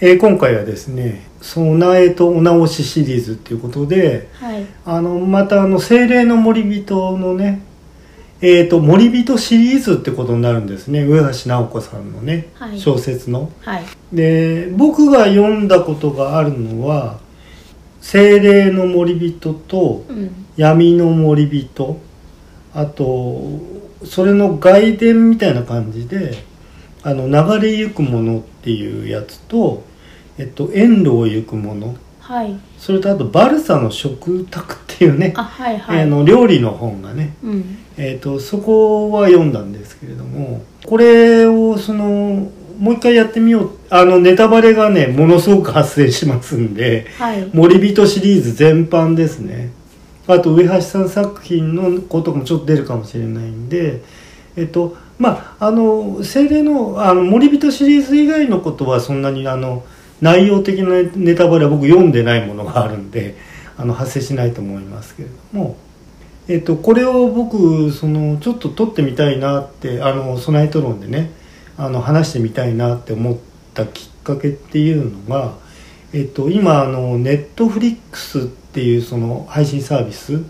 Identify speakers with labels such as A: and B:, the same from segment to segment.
A: えー今回はですね「備えとお直し」シリーズっていうことで
B: はい
A: あのまたあの「精霊の森人」のねえー、と森人シリーズってことになるんですね上橋直子さんのね、
B: はい
A: 小説の。
B: はい
A: で僕が読んだことがあるのは「精霊の森人」と
B: うん
A: 「闇の森人」あとそれの外伝みたいな感じで「あの流れゆくもの」っていうやつと「えっと、遠路をゆくもの
B: はい」
A: それとあと「バルサの食卓」っていうね
B: あはいはい
A: あの料理の本がね
B: うん
A: えー、とそこは読んだんですけれどもこれをそのもう一回やってみようあのネタバレがねものすごく発生しますんで
B: はい
A: 「森人」シリーズ全般ですねあと上橋さん作品のこともちょっと出るかもしれないんでえっ、とまああの精霊のあの森人シリーズ以外のことはそんなにあの内容的なネタバレは僕読んでないものがあるんであの発生しないと思いますけれども。えっと、これを僕そのちょっと撮ってみたいなってあの備えトロンでねあの話してみたいなって思ったきっかけっていうのが、えっと、今あのネットフリックスっていうその配信サービス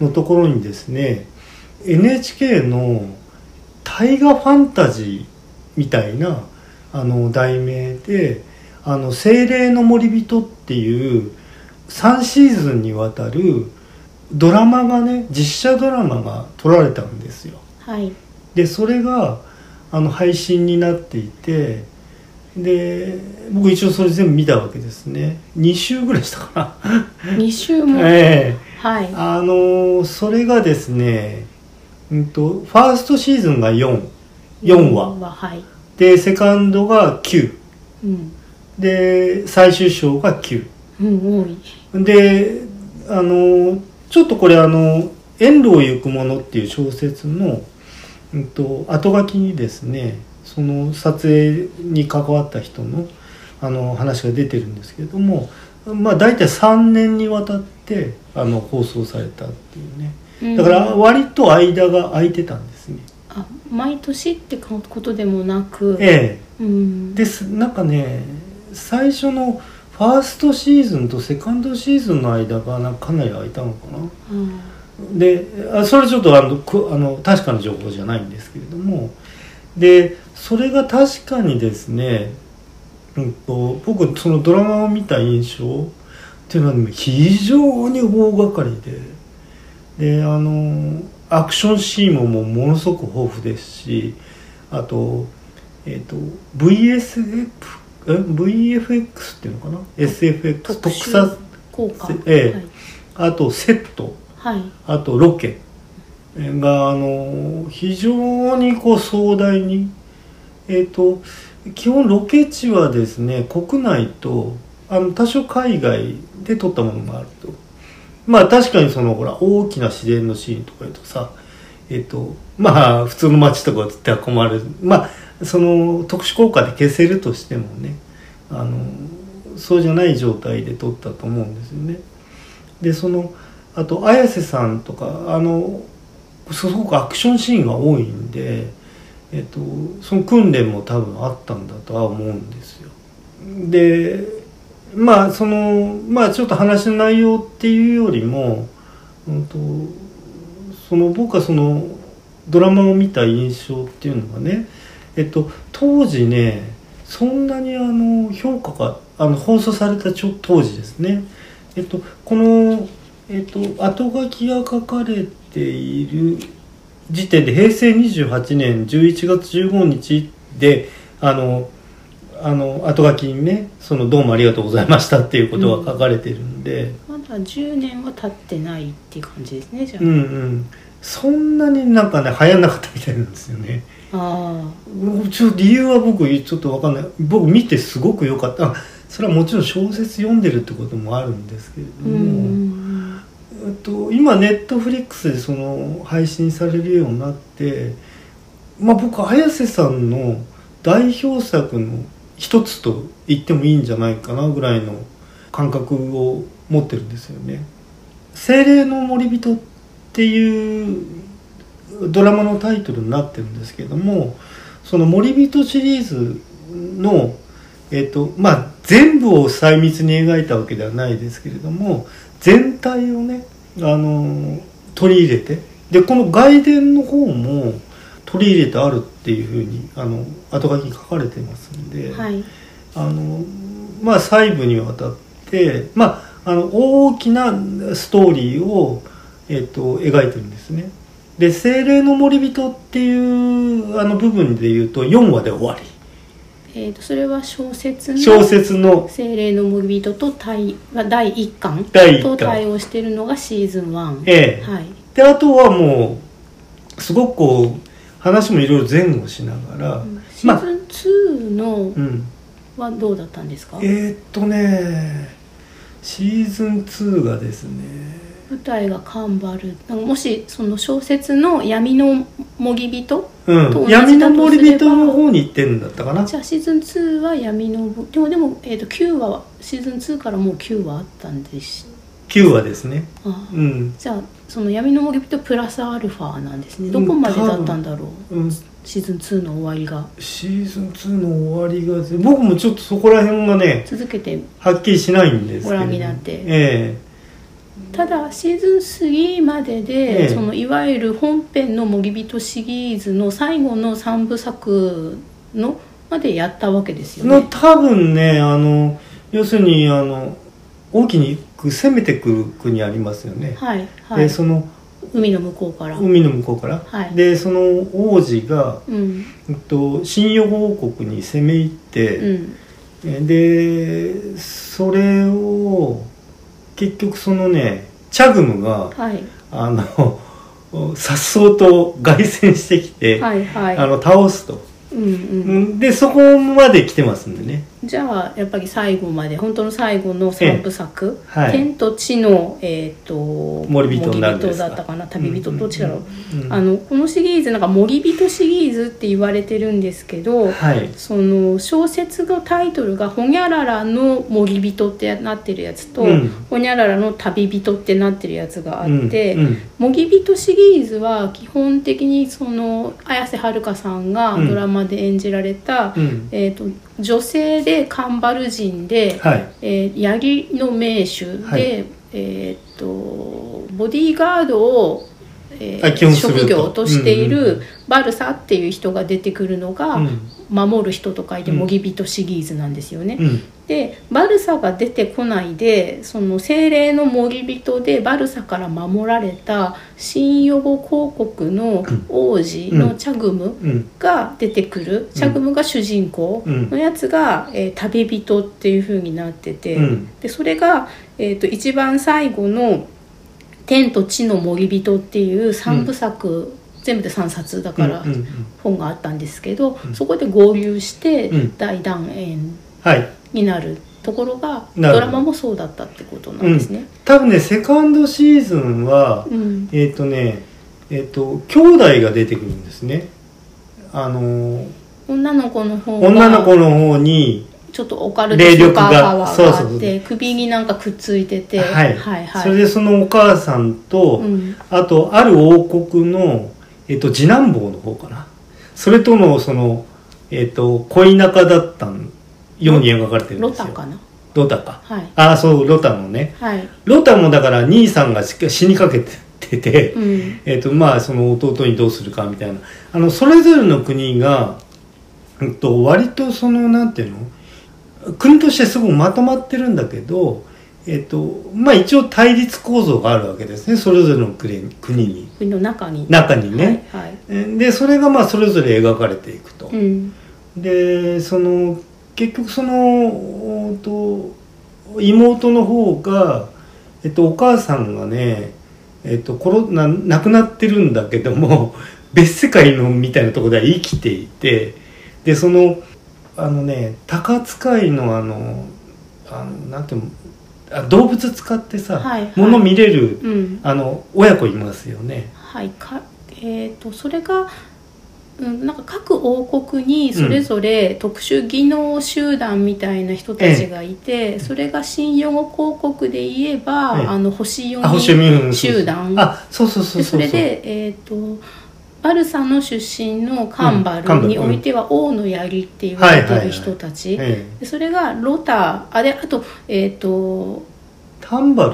A: のところにですね NHK の「大河ファンタジー」みたいなあの題名で「あの精霊の森人」っていう3シーズンにわたるドラマがね実写ドラマが撮られたんですよ
B: はい
A: でそれがあの配信になっていてで僕一応それ全部見たわけですね2週ぐらいしたか
B: 二週も
A: なえ
B: はい
A: えあのそれがですね、うんと、ファーストシーズンが44話
B: 四話はい
A: でセカンドが9
B: うん
A: で最終章が9
B: うん多い
A: であのちょっとこれあの「遠路を行くもの」っていう小説の、うん、と後書きにですねその撮影に関わった人のあの話が出てるんですけれども、まあ、大体3年にわたってあの放送されたっていうね
B: うん
A: だから割と間が空いてたんですね。
B: あ毎年ってことでもなく
A: ええ
B: うん
A: ですなんかね最初のファーストシーズンとセカンドシーズンの間がなんかかなり空いたのかな。
B: うん
A: であそれちょっとあのくあの確かな情報じゃないんですけれどもでそれが確かにですね、うん、と僕そのドラマを見た印象っていうのはね非常に大掛かりでであのアクションシーンももうものすごく豊富ですしあと,、えっと VSF え VFX っていうのかな SFX 特撮
B: 効果
A: ええあとセット
B: はい、はい
A: あとロケがあの非常にこう壮大にえっ、と基本ロケ地はですね国内とあの多少海外で撮ったものもあるとまあ確かにそのほら大きな自然のシーンとかいうとさえっ、とまあ普通の街とかつっては困るまあその特殊効果で消せるとしてもねあのそうじゃない状態で撮ったと思うんですよね。でそのあと綾瀬さんとかあのすごくアクションシーンが多いんで、えっと、その訓練も多分あったんだとは思うんですよ。でまあそのまあちょっと話の内容っていうよりも、うん、とその僕はそのドラマを見た印象っていうのがね、えっと、当時ねそんなにあの評価があの放送されたちょ当時ですね、えっと、この、えっと、後書きが書かれている時点で平成28年11月15日であのあの後書きにねその「どうもありがとうございました」っていうことが書かれてるんで。
B: まだ10年は経ってないっていう感じですねじゃ
A: うんうんそんなになんかね流行んなかったみたいなんですよね
B: あ、あ
A: ちょっと理由は僕ちょっと分かんない僕見てすごく良かったあそれはもちろん小説読んでるってこともあるんですけれ
B: あう
A: ども、
B: ん
A: えっと、今ネットフリックスでその配信されるようになって、まあ、僕綾瀬さんの代表作の一つと言ってもいいんじゃないかなぐらいの感覚を持ってるんですよね。精霊の森人っていうドラマのタイトルになってるんですけどもその「森人」シリーズの、えっとまあ、全部を細密に描いたわけではないですけれども全体をねあの取り入れてでこの外伝の方も取り入れてあるっていうふうにあの後書きに書かれてますんで、
B: はい
A: あのまあ細部にわたって、まあ、あの大きなストーリーを、えっと、描いてるんですね。で「精霊の森人」っていうあの部分で言うと4話で終わ
B: えー、とそれは小説の
A: り小説の
B: 精霊の森人と対は第1巻
A: 第一
B: と
A: 巻
B: 対応しているのがシーズン1、
A: ええ
B: はい
A: であとはもうすごくこう話もいろいろ前後しながら、
B: うんシ
A: まあ
B: ーズン2の
A: うん、
B: はどうだったんですか、
A: えーっとねシーズン2がですね
B: 舞台がカンバルなんかもしその小説の「闇のもぎ人
A: うん
B: と同じだとす
A: 闇
B: れば
A: の森人の方に行ってるんだったか」な
B: じゃあシーズン2は闇のもでもでも、えー、と9話はシーズン2からもう9話あったんでし
A: 9話ですね
B: ああ
A: うん、
B: じゃあその闇のもぎ人プラスアルファなんですねどこまでだったんだろう、
A: うん、
B: シーズン2の終わりが
A: シーズン2の終わりがぜ僕もちょっとそこら辺がね
B: 続けて
A: はっきりしないんですけれど
B: ご覧になって
A: え
B: ただシーズン3までで、
A: ええ
B: そのいわゆる本編の「もぎびと」シリーズの最後の3部作のまでやったわけです
A: え
B: よ
A: の
B: ね。
A: 多分ねあの要するにあの大きに行く攻めてくる国ありますよね、
B: はいはい
A: でその
B: 海の向こうから。うん
A: 海の向こうから、
B: はい
A: でその王子が、
B: うん
A: えっと、新予報国に攻め入って、えでそれを結局そのねチャグムが
B: はい
A: あの颯爽と凱旋してきて、
B: はいはい
A: あの倒すと、
B: うんうん
A: でそこまで来てますんでね
B: じゃあやっぱり最後まで本当の最後の3部作「
A: はい
B: 天と地の」えー、と
A: 森人になるんですか
B: 森人だったかな旅人どちらだろう、
A: うんうん
B: あのこのシリーズなんか「森人」シリーズって言われてるんですけど、
A: はい
B: その小説のタイトルが「ほにゃららの森人」ってなってるやつと「
A: うん
B: ほにゃららの旅人」ってなってるやつがあって「
A: うんうん
B: もぎびと」シリーズは基本的にその綾瀬はるかさんが
A: うん
B: ドラマで演じられた、
A: うん
B: えー、と女性でカンバル人で、
A: はい
B: えー、槍の名手で、
A: はい
B: えー、とボディーガードを、えー
A: あ基本すると
B: 職業としてい
A: うんうん
B: るバルサっていう人が出てくるのが「
A: うん
B: 守る人」と書いて「
A: うん
B: もぎびと」シリーズなんですよね。
A: うん
B: でバルサが出てこないでその精霊の森人でバルサから守られた新予後公国の王子のチャグム
A: うん
B: が出てくる、チャグムが主人公のやつが、えー旅人っていう風になってて、
A: うん
B: でそれが、えー、と一番最後の「天と地の森人」っていう3部作、全部で3冊だから
A: うんうんうん
B: 本があったんですけど、
A: うん
B: そこで合流して
A: うん
B: 大団円
A: はい
B: になるところが、
A: なる
B: ド
A: ほど
B: ラマもそうだったってことなんですね。
A: 多分ねセカンドシーズンは
B: うん
A: えっ、とねえっ、と兄弟が出てくるんですねあの
B: 女の子の方が
A: 女の子の方に
B: ちょっとオカルトとかパワー
A: 霊力が
B: が
A: そう
B: あ
A: そ
B: っ
A: うそ
B: て首になんかくっついてて、
A: はい、
B: はいはい
A: それでそのお母さんと、
B: うん
A: あとある王国の、えっと、次男坊の方かなそれとのその、えっと、恋仲だったように描かれてるん
B: ロ
A: ですよ
B: タかな
A: ロタか
B: はい
A: ああそうロタのね
B: はい、
A: ロタもだから兄さんがし死にかけてて、
B: うん、
A: えっとまあその弟にどうするかみたいなあのそれぞれの国が、うんと、割とそのなんていうの国としてすごくまとまってるんだけど、えっとまあ、一応対立構造があるわけですねそれぞれの国に国に
B: 国の中に
A: 中にね、
B: はい、はい
A: でそれがまあそれぞれ描かれていくと
B: う、ん
A: でその結局そのおーと妹の方が、えっと、お母さんがね、えっと、殺な亡くなってるんだけども 別世界のみたいなところでは生きていてでそのあのね鷹使いのあのあのなんていうのあ動物使ってさ、
B: はいはい
A: 物見れる
B: うん
A: あの親子いますよね。
B: はいかえっ、とそれが、うん、なんか各王国にそれぞれ特殊技能集団みたいな人たちがいて、それが新用語広告で言えば、
A: ええ
B: あの星
A: あ、
B: 読
A: 星
B: み
A: 見る
B: 集団
A: あ、そうそうそ
B: で
A: うそ
B: そう
A: う。
B: れでえっ、とバルサの出身のカンバ
A: うんカンバ
B: ル
A: ル
B: においては王の槍って言われてる人たち
A: ええ
B: でそれがロターあであとえっ、と
A: タンバル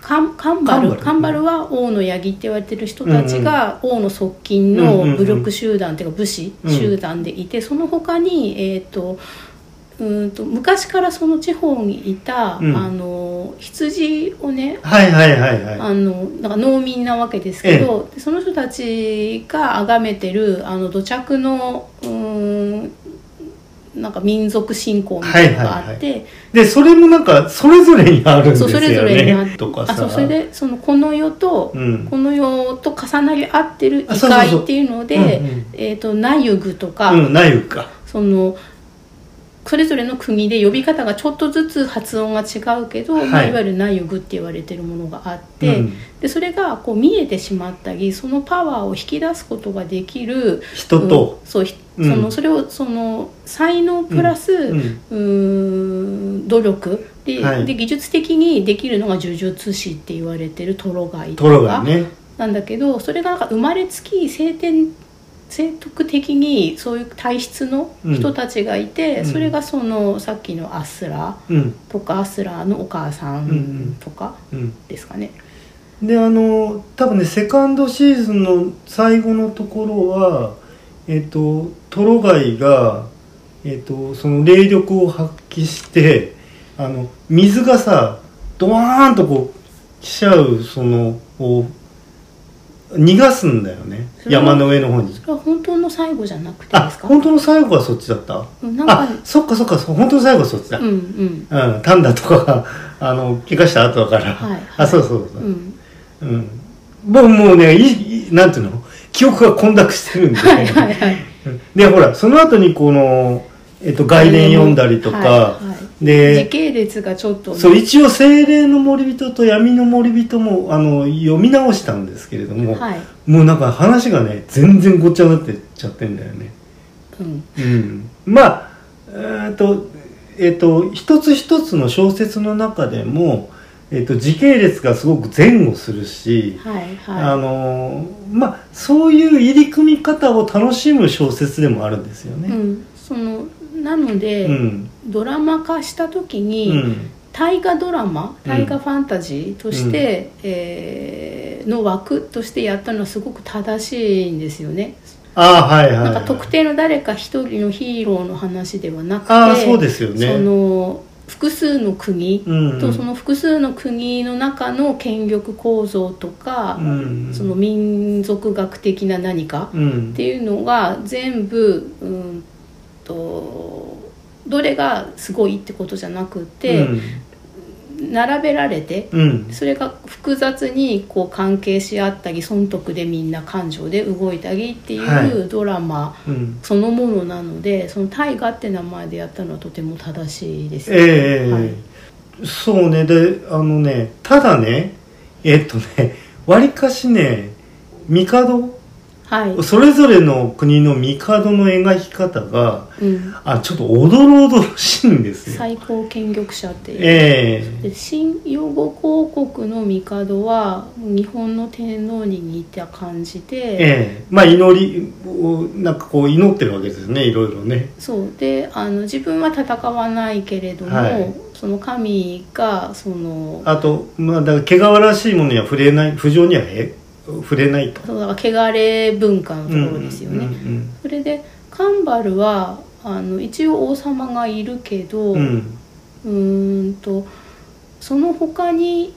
B: カンカンバル
A: カ
B: カ
A: ン
B: ン
A: バ
B: バ
A: ル
B: ルは王のヤギって言われてる人たちが王の側近
A: うんうんう
B: の
A: ん
B: 武力集団っていうか武士
A: うん
B: 集団でいてその他にえっ、とうーんと昔からその地方にいた、
A: うん
B: あの羊をね
A: はいはいはいはい
B: あのなんか農民なわけですけど、でその人たちが崇めてるあの土着のうーんなんか民族信仰みたいなのがあって、
A: でそれもなんかそれぞれにあるんです
B: そ
A: よ
B: う
A: ね
B: それぞれにあって
A: とかさ
B: あそうそれでそのこの世と、
A: うん
B: この世と重なり合ってる異
A: あそうそうそ
B: 界
A: う
B: っていうので
A: うんうん
B: えー、とナユグとか、
A: うん内部か
B: そのそれぞれの国で呼び方がちょっとずつ発音が違うけど、
A: はい
B: まあ、いわゆるナユグって言われてるものがあって、
A: うん
B: でそれがこう見えてしまったりそのパワーを引き出すことができる
A: 人と、
B: うんそうひ
A: うん
B: そのそれをその才能プラス、
A: うん
B: うーん努力で,、
A: はい
B: で技術的にできるのが呪術師って言われてるトロガイ
A: トロがね
B: なんだけどそれがなんか生まれつき性天性徳的にそういう体質の人たちがいて、
A: うん
B: それがそのさっきのアスラ
A: うん
B: とかアスラのお母さ
A: うんうんん
B: とか
A: うん
B: ですかね。
A: であの多分ねセカンドシーズンの最後のところはえっとトロガイがえっとその霊力を発揮してあの水がさドワーンとこう来ちゃうそのを逃がすんだよね
B: それは
A: 山の上の方に
B: それは本当の最後じゃなくて
A: あ
B: ですか
A: 本当の最後はそっちだった
B: うんなんか
A: あそっかそっかそう本当の最後はそっちだ
B: うんうん
A: うん、タンダとか があの怪我した後だから、
B: はいはい
A: あそうそうそうう、
B: ん
A: うん、僕もうねいいなんていうの記憶が混濁してるんで、
B: はいはいはい
A: うんでほらその後にこの、えっと、外伝読んだりとか、
B: はいはい時
A: で
B: 系列がちょっとね
A: そう一応「精霊の森人」と「闇の森人も」あの読み直したんですけれども、
B: はい、
A: もうなんか話がね全然ごっちゃになってっちゃってんだよね。
B: うん、
A: うん、まあえーと,、えー、と一つ一つの小説の中でも、えー、と時系列がすごく前後するし、
B: はい
A: あ
B: は
A: のーまあ、そういう入り組み方を楽しむ小説でもあるんですよ
B: い、う
A: ね。
B: ん、そのなので、
A: うん
B: ドラマ化した時
A: う
B: に、
A: ん
B: 大河ドラマ
A: うん
B: 大河ファンタジーとして、えーの枠としてやったのはすごく正しいんですよね、
A: ああはいはい、はい、
B: なんか特定の誰か一人のヒーローの話ではなくて
A: ああそうですよね。
B: その複数の国
A: うんうん
B: とその複数の国の中の権力構造とか、
A: うん
B: その民族学的な何か
A: うん
B: っていうのが全部うんとどれがすごいってことじゃなくて、並べられて
A: うんうん
B: それが複雑にこう関係し合ったり損得でみんな感情で動いたりってい
A: は
B: うドラマ
A: うん
B: そのものなのでその「大河」って名前でやったのはとても正しいですね。
A: ええ
B: はい
A: そうねであのねただねえっとねわりかしね帝
B: はい、
A: それぞれの国の帝の描き方が
B: うん、
A: あちょっとおどろおどろしいんですよ。
B: 最高権力者っていう
A: ええ
B: で新用語公国の帝は日本の天皇に似た感じで、
A: ええまあ祈りをなんかこう祈ってるわけですねいろいろね。
B: そうであの自分は戦わないけれども、
A: はい
B: その神がその
A: あとまあだから汚らしいものには触れない不浄にはえ触れないと。
B: そうだから汚れ文化のところですよね。
A: うん
B: それでカンバルはあの一応王様がいるけど、
A: うんうんうん
B: うーんとその他に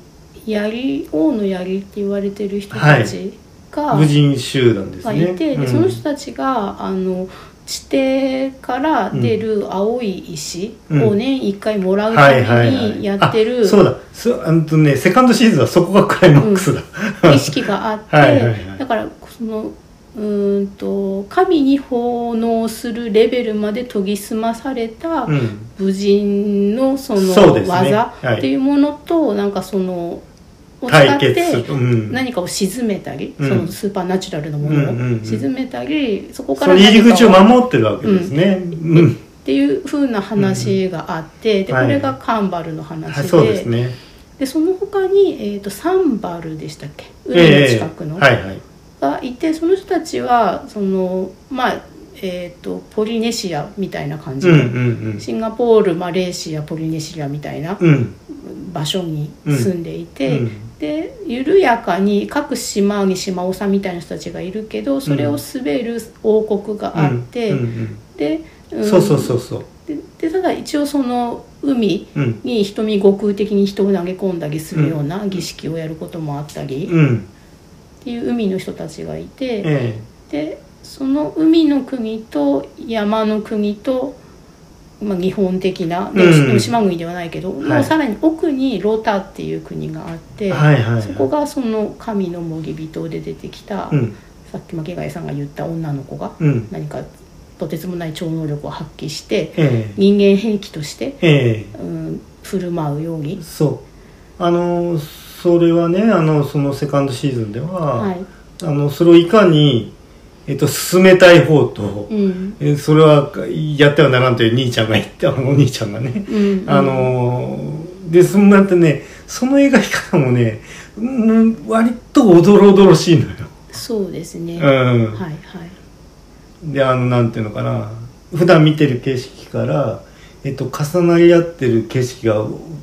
B: 槍王の槍って言われてる人たちが、
A: 武人集団です
B: が
A: ね。
B: いて、
A: うん
B: でその人たちがあの地底から出る青い石を年1回もらうためにやってる
A: あそうだそあのとねセカンドシーズンはそこがクライマックスだ、
B: 意識があって
A: はいはいはい
B: だからそのうーんと神に奉納するレベルまで研ぎ澄まされた、
A: うん
B: 武人のその
A: そうですね
B: 技
A: はい
B: っていうものと、なんかそのを使
A: 対
B: っ
A: 決す
B: て
A: る、うん、
B: 何かを沈めたり、
A: うん
B: そのスーパーナチュラルなも
A: うんうん
B: の
A: う
B: を
A: ん
B: 沈めたり、そこか
A: その
B: ら
A: 入り
B: 何か
A: 口を守ってるわけですね、うん
B: っていう風な話があって、でこ
A: はい
B: れがカンバルの話
A: はい
B: で,、
A: そうですね
B: でその他にえっ、とサンバルでしたっけ海の近くの、
A: はいはい
B: がいてその人たちはそのまあえー、とポリネシアみたいな感じ
A: う
B: で、
A: んうん
B: シンガポールマレーシアポリネシアみたいな
A: うんうん
B: 場所に住んでいて、
A: うん
B: で緩やかに各島に島長みたいな人たちがいるけどそれを滑る王国があって、
A: うんうん
B: で、
A: う
B: うんん
A: そうそうそうそう
B: ででただ一応その海
A: うん
B: に瞳悟空的に人を投げ込んだりするような儀式をやることもあったり、っ
A: うん
B: ていう海の人たちがいて。
A: え
B: でその海の国と山の国と、まあ、日本的な、で
A: うん
B: でも島国ではないけど、
A: は
B: も
A: いう
B: さらに奥にロタっていう国があっ
A: え
B: て、
A: はいはいはい
B: そこがその神の森人で出てきた、
A: うん
B: さっき巻貝さんが言った女の子が
A: うん
B: 何かとてつもない超能力を発揮して
A: ええ
B: 人間兵器として、
A: え
B: うん、振る舞うよう
A: え
B: に、
A: そうあのそれはねあのそのセカンドシーズンでは、
B: はい
A: あのそれをいかに、えっと、進めたい方と、
B: うん
A: えそれはやってはならんという兄ちゃんが言ってあのお兄ちゃんがね、
B: うん、
A: あのーで、そんなってね、その描き方もね、うん、割とおどろおどろしいの
B: そうですね、はい
A: よ。
B: はい
A: うん。で、あの、なんていうのかな、普段見てる景色から、えっと、重なり合ってる景色が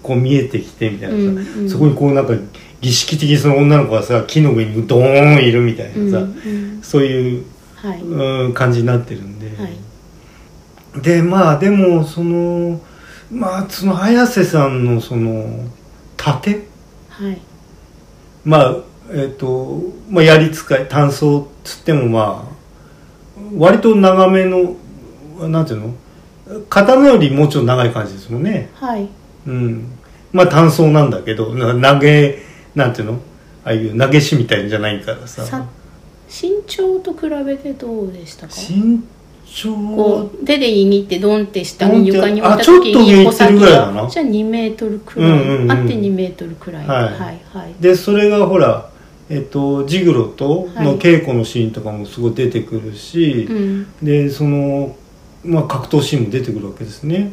A: こう見えてきてみたいなさ、
B: うんうん
A: そこにこうなんか儀式的にその女の子がさ木の上にドーンいるみたい
B: うん
A: なさ、
B: うん
A: そういう、
B: はい、
A: うん、感じになってるんで、
B: はい
A: でまあでもそのまあその綾瀬さんのその盾
B: はい
A: まあえっ、と、まあ、槍使い単装つってもまあ割と長めのなんていうの刀よりもうちょっと長い感じですもんね
B: はい
A: うんまあ単装なんだけどな投げなんていうのああいう投げ師みたいんじゃないからさ
B: さ身長と比べてどうでしたか
A: 身長
B: こう手で握ってドンって下
A: ドンって
B: に床に置い
A: あ
B: た
A: ちょっ
B: 時
A: と
B: に
A: 上行ってるぐらいだな
B: じゃあ2メートルくらい、
A: うんうんうん
B: あって2メートルくらい、
A: はい
B: はいはい
A: でそれがほらえっ、とジグロと
B: はい
A: の稽古のシーンとかもすごい出てくるし、
B: うん
A: でその、まあ、格闘シーンも出てくるわけですね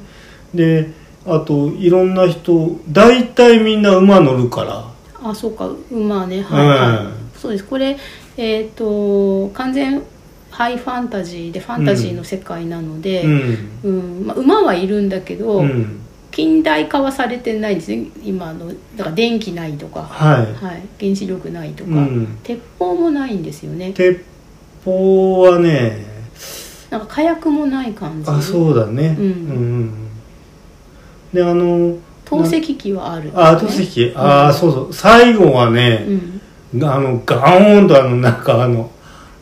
A: であといろんな人大体みんな馬乗るから
B: あそうか馬ねはいはい、
A: う
B: そうですこれえっ、と完全ハイファンタジーでファンタジーの世界なので、
A: う
B: うん
A: ん
B: まあ、馬はいるんだけど、
A: うん
B: 近代化はされてないですね今のだから電気ないとか、
A: は
B: はい、原子力ないと
A: い、
B: か、
A: うん、
B: 鉄砲もないんですよね
A: 鉄砲はね
B: なんか火薬もない感じ
A: あそうだね
B: うん
A: うんであの
B: 透析機はある、
A: あ投石機ああそうそう最後はね、
B: うん
A: あのガーンとあのなんかあの、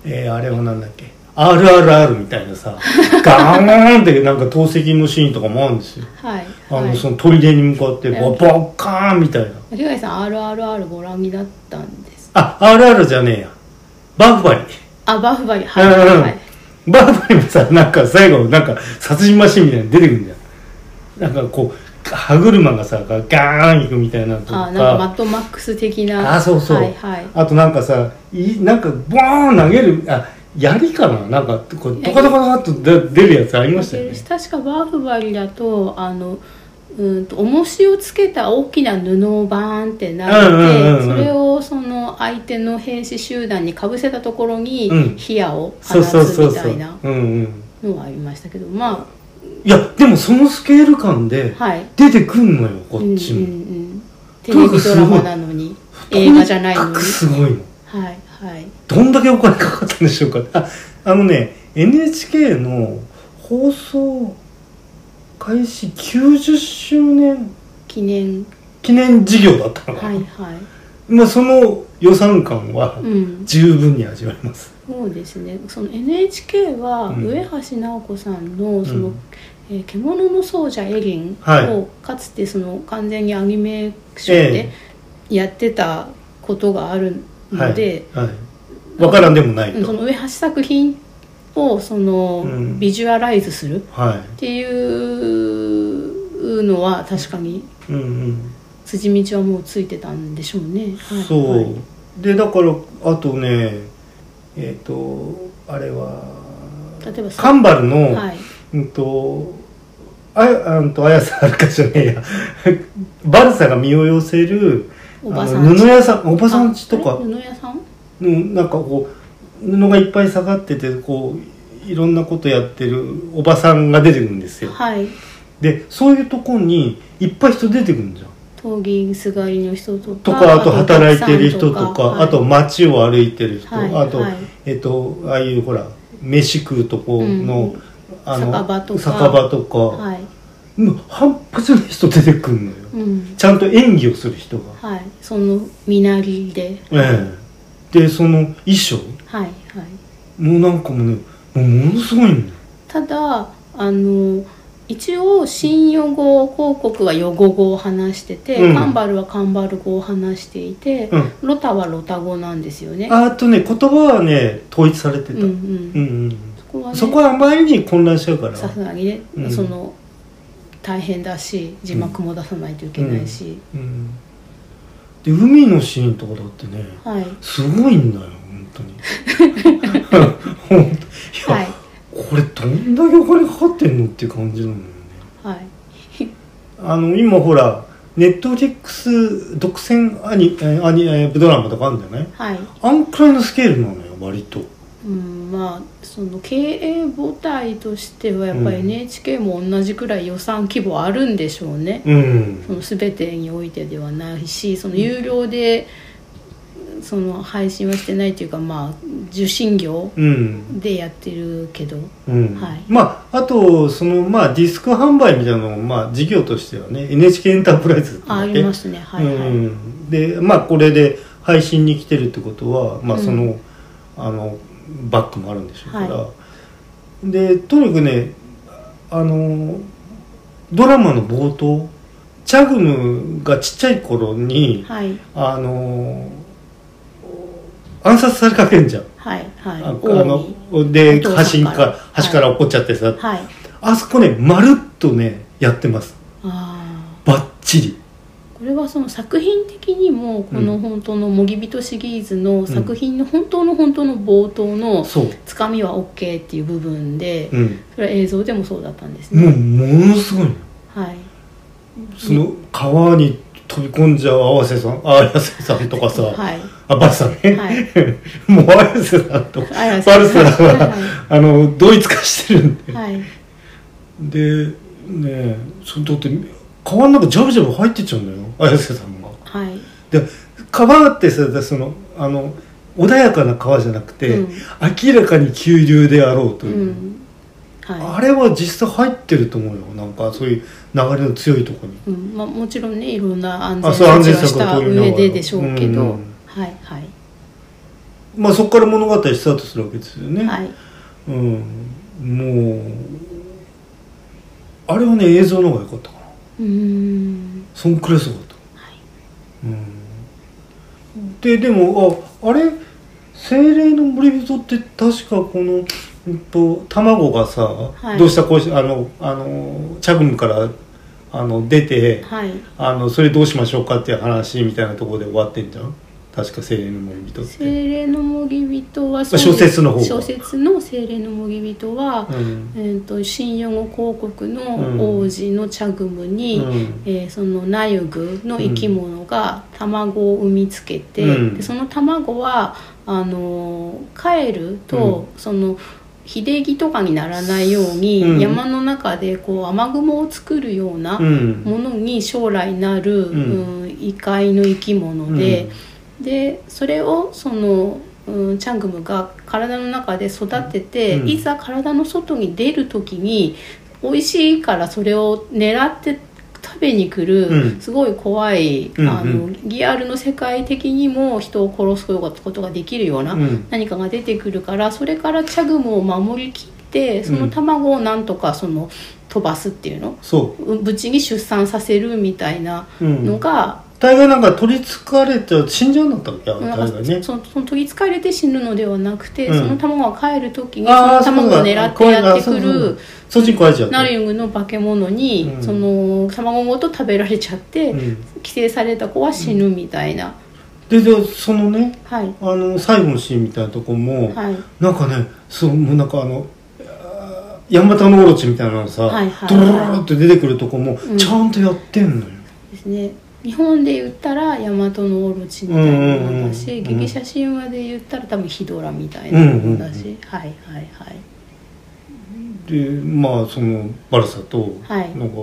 A: えーあれはなんだっけ RRR みたいな さガーンってなんか投石のシーンとかもあるんですよ
B: はい
A: あ
B: は
A: の
B: い
A: その砦に向かって
B: はい
A: ボボッカーンみたいな
B: 巻貝さん RRR ご覧になったんです
A: あ RR じゃねえやバフバリ
B: あバフバリはいはいはい
A: バフバリもさなんか最後なんか殺人マシンみたいなの出てくるんじゃんなんかこう歯車がさガーン行くみたいなのと
B: あ
A: か
B: なんかマッドマックス的な
A: あそうそう、
B: はいはい
A: あとなんかさいなんかボーン投げるあ槍かななんかこうドカドカドカっと出出るやつありましたよね
B: 確かバフバリだとあのうんと重しをつけた大きな布をバーンって投げて、
A: うんうんうんうん
B: それをその相手の兵士集団にかぶせたところに
A: うん
B: 火矢を
A: そ
B: 放
A: うそう
B: つ
A: そう
B: み
A: そ
B: た
A: う
B: いな
A: うんうん
B: のはありましたけどま
A: いやでもそのスケール感で
B: あはい
A: 出てくんのよこっち
B: う
A: も、
B: んうんうん、テレビドラマなのに映画じゃないの
A: と
B: に
A: にかくすごいの
B: はいはい
A: どんだけお金かかったんでしょうかああのね NHK の放送開始90周年
B: 記念
A: 記念事業だったのかな、
B: はいはい
A: まあ、その予算感は
B: うん
A: 十分に味わえます、
B: そうですねその NHK は
A: うん
B: 上橋直子さんのその、
A: うん
B: えー獣の奏者エリン」
A: は
B: をかつてその完全にアニメーションでやってたことがあるので、
A: はいはい、わからんでもない
B: うんそ
A: と、
B: の上橋作品をその、
A: うん
B: ビジュアライズするっ
A: は
B: ていうのは確かに
A: いうんうん
B: 辻道はもうついてたんでしょうね。はい、
A: そう、
B: はい
A: でだからあとねえっ、とあれは
B: 例えば
A: カンバルの、
B: はい、
A: うんとあやうんと綾瀬はるかじゃねえや バルサが身を寄せる
B: おば
A: あ
B: さん
A: の布屋さんおばさんちと
B: あ
A: か
B: あれ布屋さん
A: のなんかこう布がいっぱい下がっててこういろんなことやってるおばさんが出てくるんですよ
B: はい
A: でそういうとこにいっぱい人出てくるんじゃん
B: 闘技すがりの人とか
A: とかあと働いてる人とか
B: お客さんはい
A: あと街を歩いてる人、
B: はい
A: あと、
B: はい
A: えっとああいうほら飯食うとこの、
B: うん
A: あの
B: 酒場とか
A: 酒場とか
B: はい
A: もう半端じゃない人出てくるのよ、
B: うん
A: ちゃんと演技をする人が、
B: はいその身なりで
A: ええでその衣装
B: はいはい
A: もうなんかもうねもうものすごいんだよ
B: ただあの一応新用語広告は用語語を話してて、
A: うん
B: カンバルはカンバル語を話していて、
A: うん
B: ロタはロタ語なんですよね。
A: ああとね言葉はね統一されて
B: う
A: た、
B: んうん
A: うんうん
B: そこはね
A: そこはあまりに混乱しちゃうから
B: さすがにね、
A: うん
B: その大変だし字幕も出さないといけないし、
A: うんで海のシーンとかだってね
B: はい
A: すごいんだよ本当 に本当いや、
B: はい
A: これどんだけお金かかってんのっていう感じなのよね
B: はい
A: あの今ほらネットフリックス独占アニえアニえドラマとかあるんじゃない
B: はい、
A: あんくらいのスケールなのよ割と
B: うん、まあその経営母体としてはやっぱり
A: うん
B: NHK も同じくらい予算規模あるんでしょうね。
A: うん
B: その全てにおいてではないしその有料でその配信はしてないというかまあ受信業
A: うん
B: でやってるけど
A: うん
B: はい
A: まああとそのまあディスク販売みたいなのもまあ事業としてはね NHK エンタープライズって
B: ああ
A: わけ
B: りますねはいはい、
A: うん、でまあこれで配信に来てるってことは、まあ、その,、
B: うん
A: あのバックもあるんでしょうから、でとにかくねあのドラマの冒頭チャグムがちっちゃい頃に
B: はい
A: あの暗殺されかけんじゃん。
B: はいはい
A: ああ
B: 王に
A: ので
B: お
A: 橋
B: 父さん
A: か
B: から
A: ら橋から落っこっちゃってさ、
B: はい
A: あそこねまるっとねやってます
B: あ
A: バッチリ
B: ーこれはその作品的にもこの
A: うん
B: 本当の「模擬人」シリーズの作品の本当の本当の冒頭の
A: そう、
B: つかみは OK っていう部分で
A: うん、
B: それは映像でもそうだったんですね、
A: もうものすごいの
B: はい
A: その川に飛び込んじゃう綾瀬さん綾瀬さんとかさ、
B: はい
A: あバルさんね、
B: は い
A: もう綾瀬さんとか
B: 綾瀬
A: バル
B: さ
A: さん
B: ん
A: はあの同一化してるんで
B: はい
A: でねえそのだって川の中ジャブジャブ入ってっちゃうんだよ綾瀬さんが
B: はい
A: で川ってさそのあの穏やかな川じゃなくて、
B: うん
A: 明らかに急流であろうと
B: う
A: いう、
B: ん
A: あ
B: は
A: れは実際入ってると思うよなんかそういう流れの強いところに
B: い、うんまあ、もちろんねいろんな安全
A: あそう安
B: 措
A: 全
B: 置はし
A: 策を
B: た
A: 取りながら
B: 上ででしょうけど、
A: うん
B: はいはい
A: まあそこから物語スタートするわけですよね、
B: はい
A: うんもうあれはね映像の方が良かったかな
B: うーん
A: そんくらいすごかった、
B: はい
A: うん、ででもああれ精霊の森人って確かこの、うんと、卵がさ、
B: い
A: どうしたこうしたあのあのチャグムからあの出て
B: はい
A: あのそれどうしましょうかっていう話みたいなところで終わってんじゃん確か精霊の森人って、
B: 精霊の模擬人は
A: 小説の方が
B: 小説の精霊の模擬人は、
A: うん
B: えー、と新四国広告
A: うん
B: の王子のチャグムに、
A: うん
B: えーそのナユグの生き物が卵を産みつけて、
A: うん
B: でその卵はあのーカエルと、その秀樹とかにならないように、
A: うん
B: 山の中でこう雨雲を作るような
A: うん
B: ものに将来なる、
A: う
B: うんん異界の生き物で、でそれをその、うん、チャングムが体の中で育てて、
A: うん
B: いざ体の外に出る時に美味しいからそれを狙って食べに来る、
A: うん
B: すごい怖い、
A: うんうん
B: あのリアルの世界的にも人を殺すことができるような、
A: うん
B: 何かが出てくるからそれからチャグムを守りきってその卵をなんとかその飛ばすっていうの、
A: そう
B: 無事に出産させるみたいな
A: う、うん、
B: のが、
A: 大概なんか取りつかれて死んじゃうんだったっけあ
B: な
A: 大
B: んか
A: 概ね
B: そのその取りつかれて死ぬのではなくて、
A: うん
B: その卵が帰る時にそ
A: あ
B: の
A: ー
B: 卵
A: そうだ
B: を狙ってやってく
A: あ怖いなそう
B: る
A: そっちに食われちゃった
B: ナリウムの化け物に、
A: うん
B: その卵ごと食べられちゃって、
A: うん
B: 寄生された子は死ぬみたいな、
A: ででそのね
B: はい
A: あの最後のシーンみたいなとこも、
B: はい
A: なんかねそうもうなんかあのあーヤンバタノオロチみたいなのさ、
B: はいはい
A: ドロロロって出てくるとこも
B: うん
A: ちゃんとやってんのよ、
B: ですね日本で言ったら大和のオロチみたいなものだし、
A: うんうんうん
B: ギリシャ神話で言ったら多分ヒドラみたいなものだし、
A: うんうん
B: はいはいはい
A: でまあそのバルサと
B: はい
A: なんか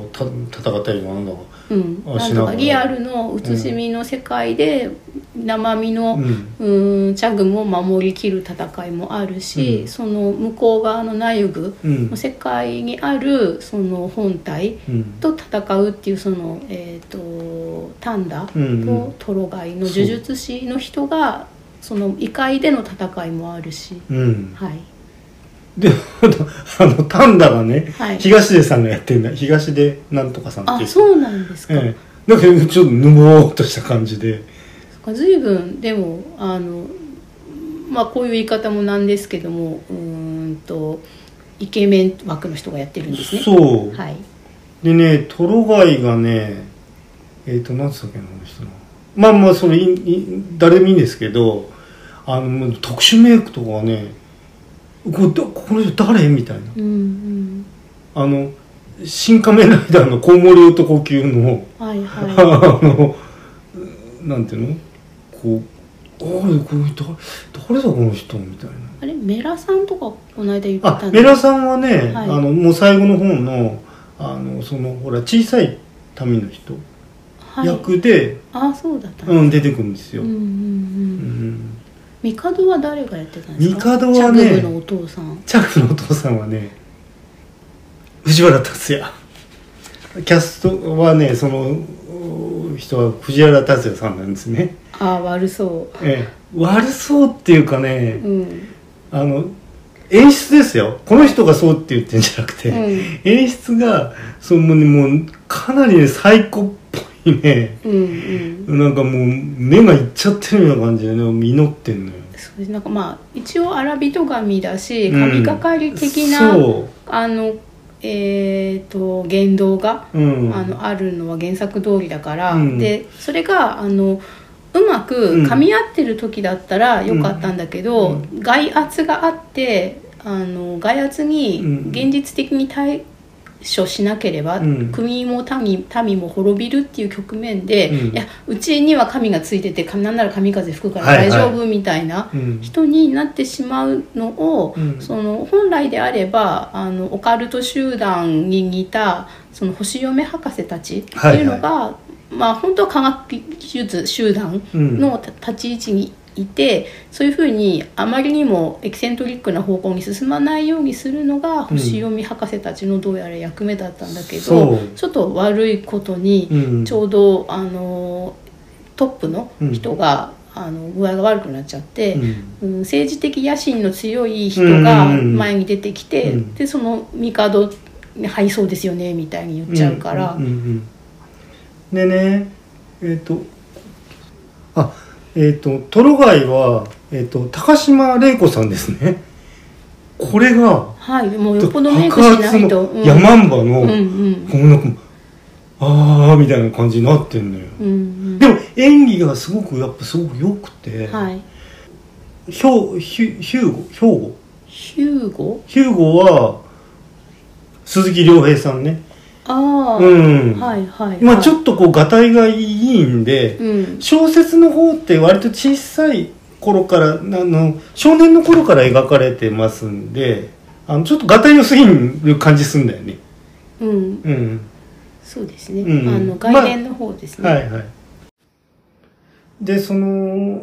A: た戦ったりなんだか、
B: うん、
A: あ
B: なん
A: しな
B: と
A: が
B: からリアルの写しみの世界で生身の、
A: うん
B: うん、チャグムを守りきる戦いもあるし、
A: うん
B: その向こう側のナユグ
A: うん
B: の世界にあるその本体
A: うん
B: と戦うっていうその、えー、とタンダ
A: うんうん
B: とトロガイの呪術師の人がその異界での戦いもあるし、
A: うん、
B: はい
A: で あのあのタンダがね、
B: はい、
A: 東出さんがやってんだ東出なんとかさんってい
B: あ
A: う
B: そうなんですか、
A: ええ、だけどちょっとぬぼーっとした感じで
B: 随分でもあのまあこういう言い方もなんですけどもうーんとイケメン枠の人がやってるんですね
A: そう、
B: はい
A: でねトロガイがねえっ、と何つったっけなあの人のまあまあそれいい誰でもいいんですけどあのもう特殊メイクとかはねこれだこの人誰みたいな
B: うんうん
A: あの「新仮面ライダー」のコウモリ男級の、
B: はいはい
A: あのなんていうのこう「ああこれ誰誰だこの人」みたいな。
B: あれメラさんとかこの間言って
A: あ
B: たん
A: メ
B: で
A: ラさんはね、
B: はい
A: あのもう最後の方のあのそのほら小さい民の人
B: はい
A: 役で、
B: あそうだったんです
A: うん、出てくるんですよ、
B: う
A: うん
B: うんんうん帝は誰がやってたんですか
A: 帝はね
B: チャグムのお父さん
A: チャックのお父さんはね藤原竜也キャストはねそのお人は藤原竜也さんなんですね、
B: ああ悪そ
A: ええ、悪そうっていうかね
B: う、うん
A: あの演出ですよこの人がそうって言ってんじゃなくて、
B: うん
A: 演出がそのもうかなりねサイコっぽいね
B: うんうん
A: なんかもう目がいっちゃってるような感じでね実ってんのよ
B: そうですなんかまあ一応荒人神だし
A: うん
B: 神がかり的な、
A: そ
B: あのえっ、と言動が、
A: う、うん、
B: あのあるのは原作通りだから、
A: うん
B: でそれがあのうまく噛み合ってる時だったらよかったんだけど、
A: うん
B: 外圧があってあの外圧に
A: うん
B: 現実的に対処しなければ、
A: うん
B: 国も民民も滅びるっていう局面で、
A: うん
B: いやうちには神がついててかなんなら神風吹くから
A: はい
B: 大
A: はい
B: 丈夫みたいな。
A: うん
B: 人になってしまうのを、
A: うん
B: その本来であればあのオカルト集団に似たその星嫁博士たちっていうのが、まあ、本当は科学技術集団のた立ち位置にいて、そういうふうにあまりにもエキセントリックな方向に進まないようにするのが星読み博士たちのどうやら役目だったんだけど、
A: そう
B: ちょっと悪いことに
A: うん
B: ちょうどあのトップの人が、あの具合が悪くなっちゃって、
A: うん
B: うん政治的野心の強い人が
A: うんうんうん
B: 前に出てきて、
A: うん
B: でその帝に敗走ですよねみたいに言っちゃうから、
A: んんうんでねえっ、とあえっ、とトロガイは、えっと高島玲子さんですねこれが
B: はいもうよっぽどメイクしないと、
A: ヤマンバの、
B: うんうん
A: こうなんかああみたいな感じになってんのよ、
B: うんうん
A: でも演技がすごくやっぱすごく良くて、
B: はい
A: ヒョヒュヒューゴヒョウゴ
B: ヒューゴ
A: ヒューゴは鈴木亮平さんね
B: ああ、
A: うん、
B: はいはい、はい、
A: まあちょ
B: と
A: っとこうがたいがいいんで、
B: うん
A: 小説の方って割と小さい頃からあの少年の頃から描かれてますんであのちょっとがたい良すぎる感じすんだよね
B: うん
A: うん
B: そうですね、
A: うん
B: あの外伝の方ですね、
A: はいはい。で、その、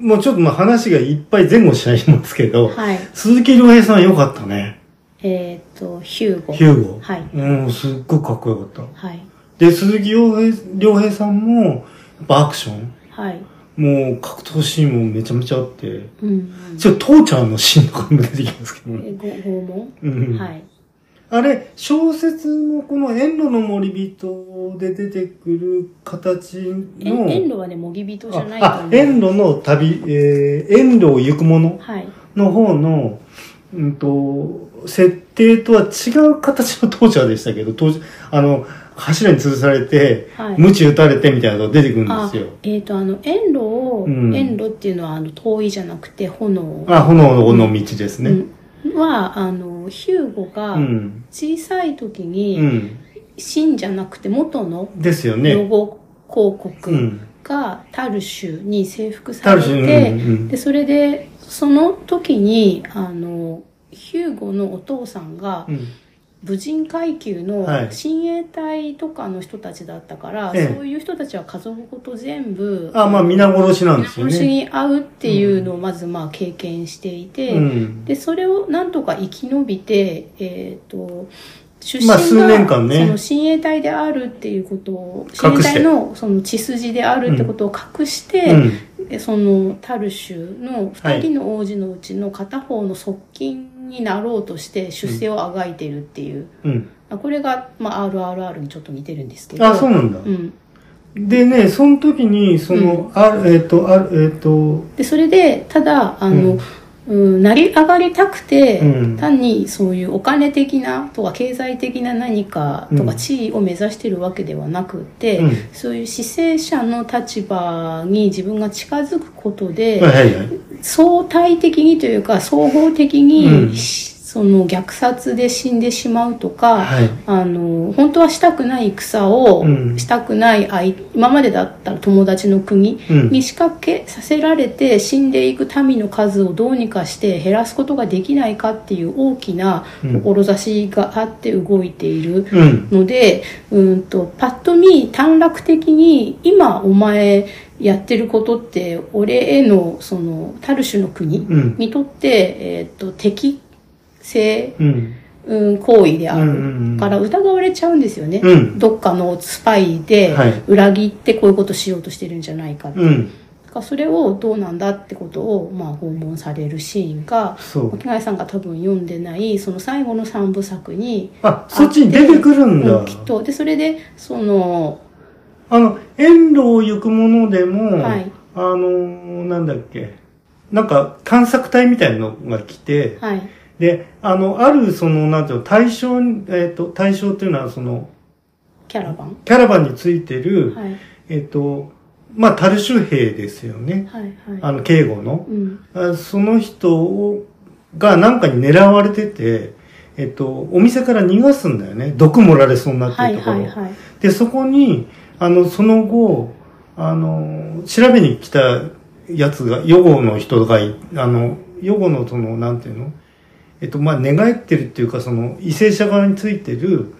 A: もうちょっとまあ話がいっぱい前後しちゃいますけど、
B: はい
A: 鈴木亮平さん良かったね。
B: えっ、とヒューゴ
A: ヒューゴ。
B: はい
A: うん、すっごいかっこよかった。
B: はい
A: で、鈴木亮平亮平さんも、やっぱアクション。
B: はい
A: もう格闘シーンもめちゃめちゃあって、
B: うんうん
A: ちょっと父ちゃんのシーンとかも出てきますけどね。
B: えご拷問、
A: うん。
B: はい
A: あれ、小説のこの遠路の森人で出てくる形
B: え
A: の。
B: 遠路はねもぎ人じゃないと
A: あ
B: 思
A: あ
B: う
A: 遠路の旅、えー、遠路を行くもの
B: はい
A: の方の、うんと、設定とは違う形の当時はでしたけど、当時、あの、柱に吊るされて、
B: はい
A: 鞭打たれてみたいなのが出てくるんで
B: あ
A: すよ。
B: えっ、とあの遠路を、
A: うん
B: 遠路っていうのはあの遠いじゃなくて炎
A: あ炎の道です
B: う
A: ね。
B: んはあのヒューゴ
A: う
B: が
A: ん。
B: 小さい時
A: う
B: に
A: ん。
B: 真じゃなくて元の
A: ですよね。
B: ロゴ公国
A: ん
B: がタルシュに征服さ
A: タル
B: れ
A: シュ
B: て、
A: うんうん
B: でそれでその時にあのヒューゴのお父さんが
A: うん
B: 武人階級
A: はい
B: の親衛隊とかの人たちだったから、
A: ええ
B: そういう人たちは家族ごと全部
A: あまあ皆殺しなん
B: 皆
A: ですよ
B: 殺し
A: ね。
B: に会うっていうのをまずまあ経験していて、
A: うん
B: でそれをなんとか生き延びて、えー、と出身
A: ま
B: が
A: あ数年間ね
B: その親衛隊であるっていうことを親
A: 隠
B: 衛
A: して
B: 隊のその血筋であるってことを隠して、
A: うん
B: えそのタルシュの2人の王子のうちの片方の側近になろうとして出世をあがいてるっていう、
A: うん、
B: あこれが、まあ、RRR にちょっと似てるんですけど
A: あそうなんだ、
B: うん、
A: でねその時にその、あるえっ、とあるえっ、と
B: でそれでただあの、うん、成り上がりたくて、
A: うん
B: 単にそういうお金的なとか経済的な何かと
A: う
B: か
A: ん
B: 地位を目指してるわけではなくて、
A: うん
B: そういう死生者の立場に自分が近づくことで、
A: はいはいはい
B: 相対的にというか総合的に、
A: うん
B: その虐殺で死んでしまうとか、
A: はい
B: あの本当はしたくない戦を
A: うん
B: したくない相、今までだったら友達の国
A: うん
B: に仕掛けさせられて死んでいく民の数をどうにかして減らすことができないかっていう大きな
A: うん
B: 志があって動いている
A: うん
B: ので、うんと、パッと見短絡的に、今お前やってることって、俺への、その、タルシュの国
A: うん
B: にとって、えっ、と、適正、
A: うん
B: うん、行為であ
A: うんうんうん
B: るから疑われちゃうんですよね。
A: うん
B: どっかのスパイで
A: はい
B: 裏切ってこういうことしようとしてるんじゃないかって。
A: うん
B: だからそれをどうなんだってことを、まあ、訪問されるシーンが、
A: そう
B: 沖貝さんが多分読んでない、その最後の三部作に、
A: あそっちに出てくるんだ、
B: うんきっとでそれでその
A: あの遠路を行くものでも、
B: はい
A: あのーなんだっけなんか探索隊みたいなのが来て、
B: はい
A: であのあるそのなんていうの対象えっ、と対象っていうのはその
B: キャラバン
A: キャラバンについてる、
B: はい
A: えっ、とまあタルシュ兵ですよね
B: はい
A: あ
B: はい
A: の警護の
B: うん
A: あその人をがなんかに狙われてて、えっと、お店から逃がすんだよね。毒盛られそうになって
B: はい
A: るところ。
B: はいはい
A: で、そこに、あの、その後、あの、調べに来たやつが、予後の人がい、あの、予後のその、なんていうのえっと、まあ、寝返ってるっていうか、その、為政者側についてる、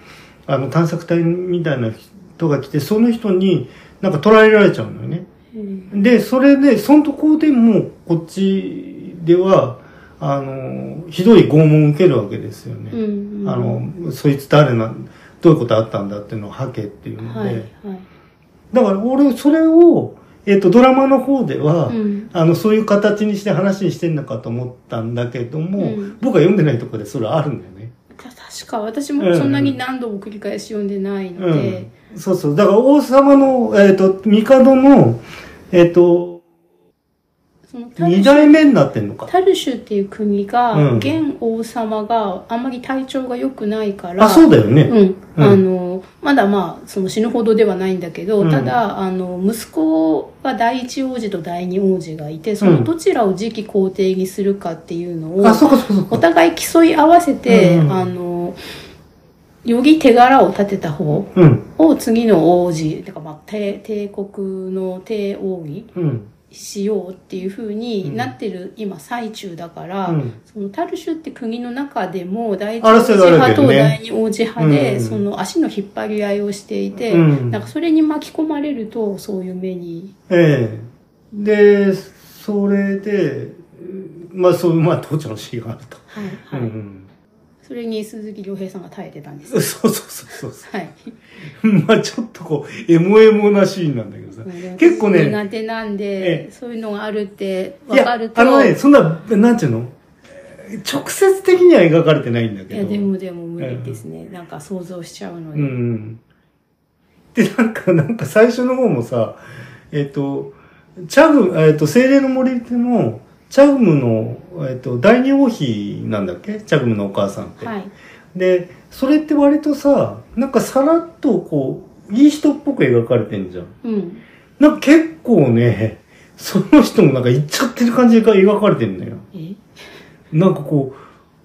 A: あの、探索隊みたいな人が来て、その人になんか捕らえられちゃうのよね。
B: うん
A: で、それで、そのとこでも、こっちでは、あの、ひどい拷問を受けるわけですよ
B: う
A: ね。
B: ん
A: あの、そいつ誰なん、どういうことあったんだっていうのを吐けっていうので。
B: はいはい
A: だから、俺、それを、えっ、と、ドラマの方では、
B: うん
A: あの、そういう形にして話にしてんのかと思ったんだけども、
B: うん
A: 僕は読んでないとこでそれはあるんだよね。
B: た確か私もそんなに何度も繰り返し読んでないので、
A: うん、そうそう。だから、王様の、えっ、と、帝の、えっ、と、
B: そのタ
A: 二
B: ルシュ
A: 代目になってんのか。
B: タルシュっていう国が、
A: うん
B: 現王様があんまり体調が良くないから
A: あ、そうだよね。
B: うん、
A: うん
B: あのまだまあその死ぬほどではないんだけど、
A: うん
B: ただあの息子が第一王子と第二王子がいてそのどちらを次期皇帝にするかっていうのを、
A: あ、そこそこそ
B: お
A: こ。
B: 互い競い合わせて、
A: うん
B: あのより手柄を立てた方
A: うん。
B: を次の王子てか、まあ、帝帝国の帝王に
A: うん。
B: しようっていうふう
A: うん
B: になってる、今最中だから。
A: うん
B: そのタルシュって国の中でも第一王子
A: 争いがあるわけ
B: 派
A: よ
B: と
A: ね
B: 第二王子派
A: う
B: で、
A: ん
B: その足の引っ張り合いをしていて、
A: うん
B: なんかそれに巻き込まれるとそういう目に、
A: ええで、それで、まあ、そう、まあ、父ちゃんの死があると。
B: はい
A: う
B: はい
A: ん
B: それに鈴木亮平さんが耐えてたんです。
A: うん。そうそうそうそ
B: はい、
A: う。 まあ、ちょっとこう、エモエモなシーンなんだけどさ。結構ね
B: 苦手なん
A: え
B: で、
A: え
B: そういうのがあるって
A: い
B: 分か
A: や、
B: ると
A: あのね、そんな、なんていうの直接的には描かれてないんだ
B: い
A: けど。
B: やでもでも無理ですね、なんか想像しちゃうの
A: う
B: で、
A: ん。で、なんか、なんか最初の方もさ、えっ、と、チャグ、えっ、と、精霊の森っての、チャグムの、えっ、と、第二王妃なんだっけチャグムのお母さんって。
B: はい
A: で、それって割とさ、なんかさらっとこう、いい人っぽく描かれてんじゃん。
B: うん
A: なんか結構ね、その人もなんか言っちゃってる感じが描かれてんのよ。
B: え
A: なんかこう、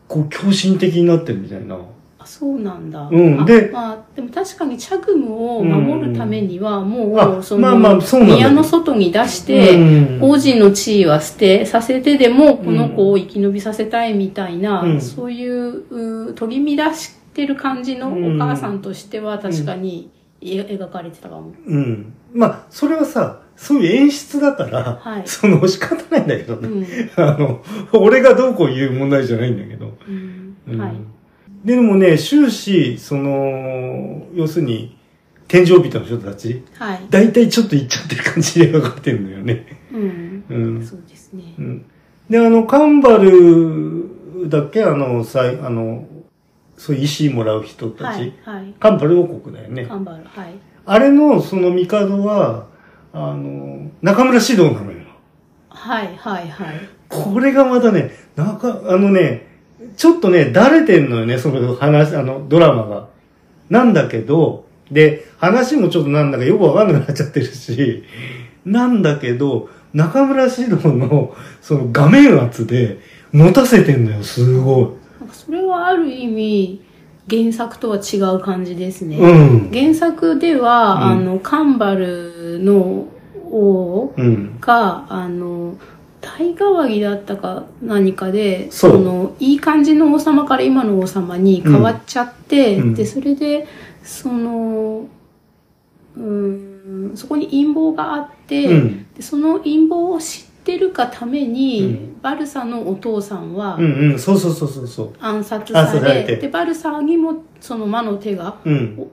A: こう、狂心的になってるみたいな。
B: ああそうなんだ、
A: うんで
B: あまあ、でも確かにチャグムを守るためにはもう、
A: あ
B: その、
A: まあまあそうなんだけど
B: 宮の外に出して、
A: うん
B: 王子の地位は捨てさせてでもこの子を生き延びさせたいみたいな、
A: うん
B: そういうう取り乱してる感じのお母さんとしては確かにえ描かれてたかも。
A: うん。まあ、それはさ、そういう演出だから、
B: はい
A: その仕方ないんだけど
B: う
A: ね。
B: ん
A: あの、俺がどうこう言う問題じゃないんだけど。
B: うん
A: うん
B: はい
A: でもね、終始、その、要するに、天井人の人たち、
B: はい
A: 大体ちょっと行っちゃってる感じで分かってるのよね。
B: うん
A: うん。
B: そうですね。
A: うん。で、あの、カンバルだっけあの、さい、あの、そういう石もらう人たち。
B: はいはい。
A: カンバル王国だよね
B: カ。ンバルはい。
A: あれの、その帝は、あの、中村獅童なのよ。
B: はいはいはい。
A: これがまたね、なんか、あのね、ちょっとね、だれてんのよね、その話、あの、ドラマが。なんだけど、で、話もちょっとなんだかよくわかんなくなっちゃってるし、なんだけど、中村獅童の、その画面圧で、持たせてんのよ、すご
B: なんかそれはある意味原作とは違う感じです
A: い。
B: ね。
A: うん。
B: 原作では、
A: うん
B: あのカンバルの王
A: うん。
B: が、あの、代替わりだったか何かで、
A: そう
B: の、いい感じの王様から今の王様に変わっちゃって、
A: うんうん
B: で、それで、その、うーん、そこに陰謀があって、
A: うん。
B: でその陰謀を知ってるかために、
A: うん
B: バルサのお父さんは
A: うんうん、そうそうそうそうそ
B: 暗殺
A: 暗
B: さ
A: 殺
B: れ,、
A: されて
B: で、バルサにもその魔の手が
A: う。うん。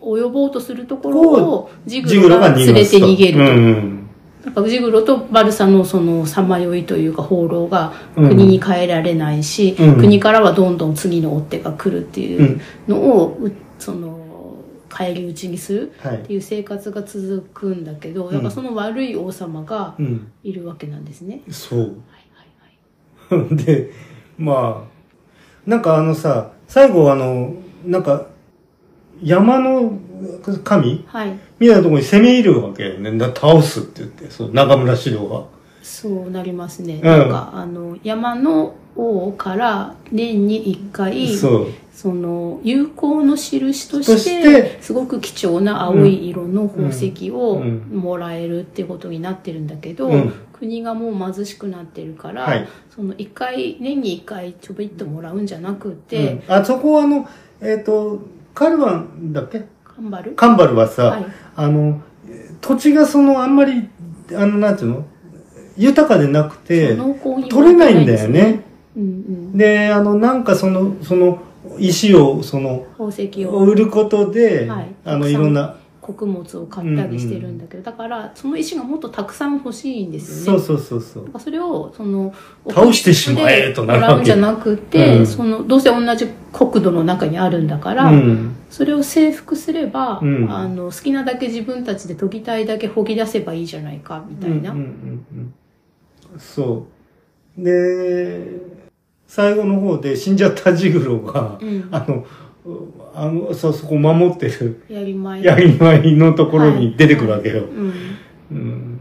B: 及ぼうとするところを、ジ
A: ジ
B: グ
A: グ
B: ロ
A: ロが
B: が
A: 逃
B: 連
A: げ
B: れて逃げると。
A: うん
B: なんかジグロとバルサのそのさまよいというか放浪が
A: うん
B: 国に帰られないし、
A: うん
B: 国からはどんどん次の追っ手が来るってい
A: うん。う。
B: うんのを、うその返り討ちにする
A: は
B: っ
A: い。
B: ていう生活が続くんだけど、
A: うん
B: やっぱその悪い王様が
A: うん。
B: いるわけなんですね。
A: そう。
B: はいは
A: で、まあ、なんかあのさ、最後あの、なんか、山の神
B: いはい。はい、
A: みたいなところに攻め入るわけよね。な倒すって言って、その中村獅童が。
B: そうなりますね。
A: ん
B: なんかあの山の王から年に一回、
A: そう。
B: その友好の印と
A: と
B: し
A: してて
B: すごく貴重な青い色の宝石を
A: うんうん
B: もらえるってことになってるんだけど、
A: うん
B: 国がもう貧しくなってるから、
A: はい
B: その一回年に一回ちょびっともらうんじゃなくて、
A: うんあそこはあの、えっ、と、カルワンだっけ
B: 頑張る
A: カンバルはさ、
B: はい
A: あの、土地がそのあんまり、あの、なんていうの豊かでなくて、
B: 濃厚に
A: 取れないんだよ
B: です
A: ね。
B: うんうん、
A: で、あの、なんかその、その、石を、その、
B: 宝石を
A: 売ることで、
B: はい
A: あのいろんな、
B: 穀物を買ったりしてるんだけど、だからその石がもっとたくさん欲しいんですよね。
A: そうそうそうそ
B: なん
A: う
B: かそれをその
A: 倒してしまえとなるわけ
B: もらうんじゃなくて、
A: うん
B: そのどうせ同じ国土の中にあるんだから、
A: うん
B: それを征服すれば、
A: うん
B: あの好きなだけ自分たちで研ぎたいだけほぎ出せばいいじゃないかみたいな、
A: うんうんうんうんそうで最後の方で死んじゃったジグロが、
B: うん
A: あのあのそうそこ守ってる
B: やりまい
A: やりまいのところに出てくるわけよ、
B: うん、
A: うん、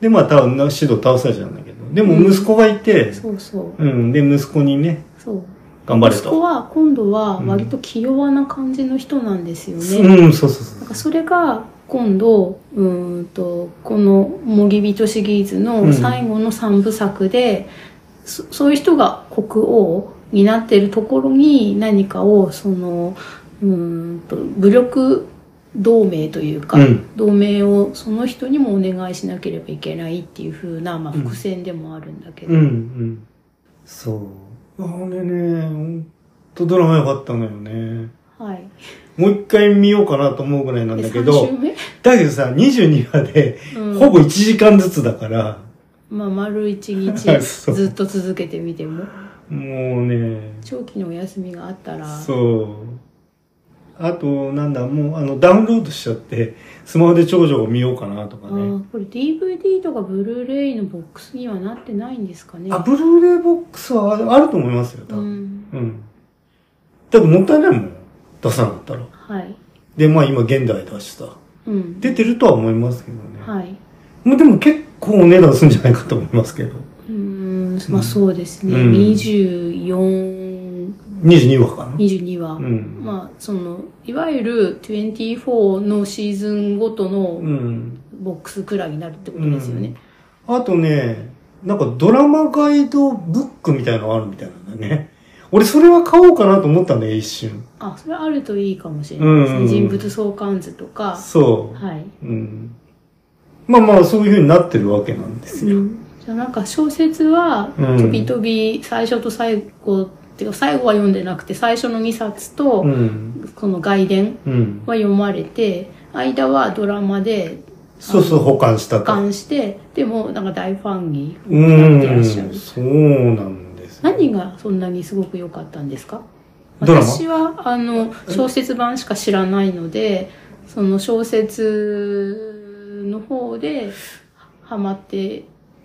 A: でまあ多分シド倒されちゃうんだけどでも息子がいて、
B: そうそう
A: うんで息子にね
B: そう
A: 頑張れ
B: 息子
A: と、
B: は今度は割と気弱な感じの人なんですよね、
A: うんそうそうそ
B: なんかそれが今度うーんとこの「モギビト」シリーズ
A: う
B: の
A: ん
B: 最後の3部作で、そそういう人が国王になっているところに何かをそのうーんと武力同盟というか、
A: うん
B: 同盟をその人にもお願いしなければいけないっていう風な、まあ、
A: うん
B: 伏線でもあるんだけど、
A: うんうん。そう。あれね、ほんとドラマ良かったのよね。
B: はい
A: もう一回見ようかなと思うぐらいなんだけ
B: 3
A: ど
B: 週、目、
A: だけどさ、22話で、
B: うん
A: ほぼ1時間ずつだから、
B: まあ、丸一
A: はい
B: 日
A: そう
B: ずっと続けてみても
A: もうね、
B: 長期のお休みがあったら
A: そう。あと、なんだ、もう、あの、ダウンロードしちゃって、スマホで長女を見ようかなとか
B: あ
A: ね。
B: あこれ DVD とかブルーレイのボックスにはなってないんですかね
A: あ、ブルーレイボックスはああると思いますよ、多
B: う
A: 分。
B: ん
A: うん。だってもったいないもん。出さなかったら。
B: はい
A: で、まあ今現代出した。
B: うん
A: 出てるとは思いますけどね。
B: はい
A: もうでも結構お値段するんじゃないかと思いますけど。
B: うーんまあそうですね、
A: うん
B: 24
A: 22話かな
B: 22話、
A: うん
B: まあそのいわゆる24のシーズンごとの
A: うん
B: ボックスくらいになるってことですよね、
A: あとねなんかドラマガイドブックみたいのがあるみたいなんだね俺それは買おうかなと思ったんだよ一瞬
B: あそれあるといいかもしれないですね、
A: うん
B: 人物相関図とか
A: そ
B: はい、
A: ううんまあまあそういうふうになってるわけなんですよ、
B: じゃあなんか小説は
A: うん
B: とびとび最初と最後っていうか最後は読んでなくて最初の2冊と
A: うん
B: この外伝
A: うん、
B: は読まれて間はドラマで
A: そうそう保管した
B: 保
A: と
B: 管してでもなんか大ファンに
A: う
B: なってらっしゃ
A: ん
B: る
A: そうなんですよ
B: 何がそんなにすごく良かったんですか
A: ドラマ
B: 私はあの小説版しか知らないのでその小説の方でハマって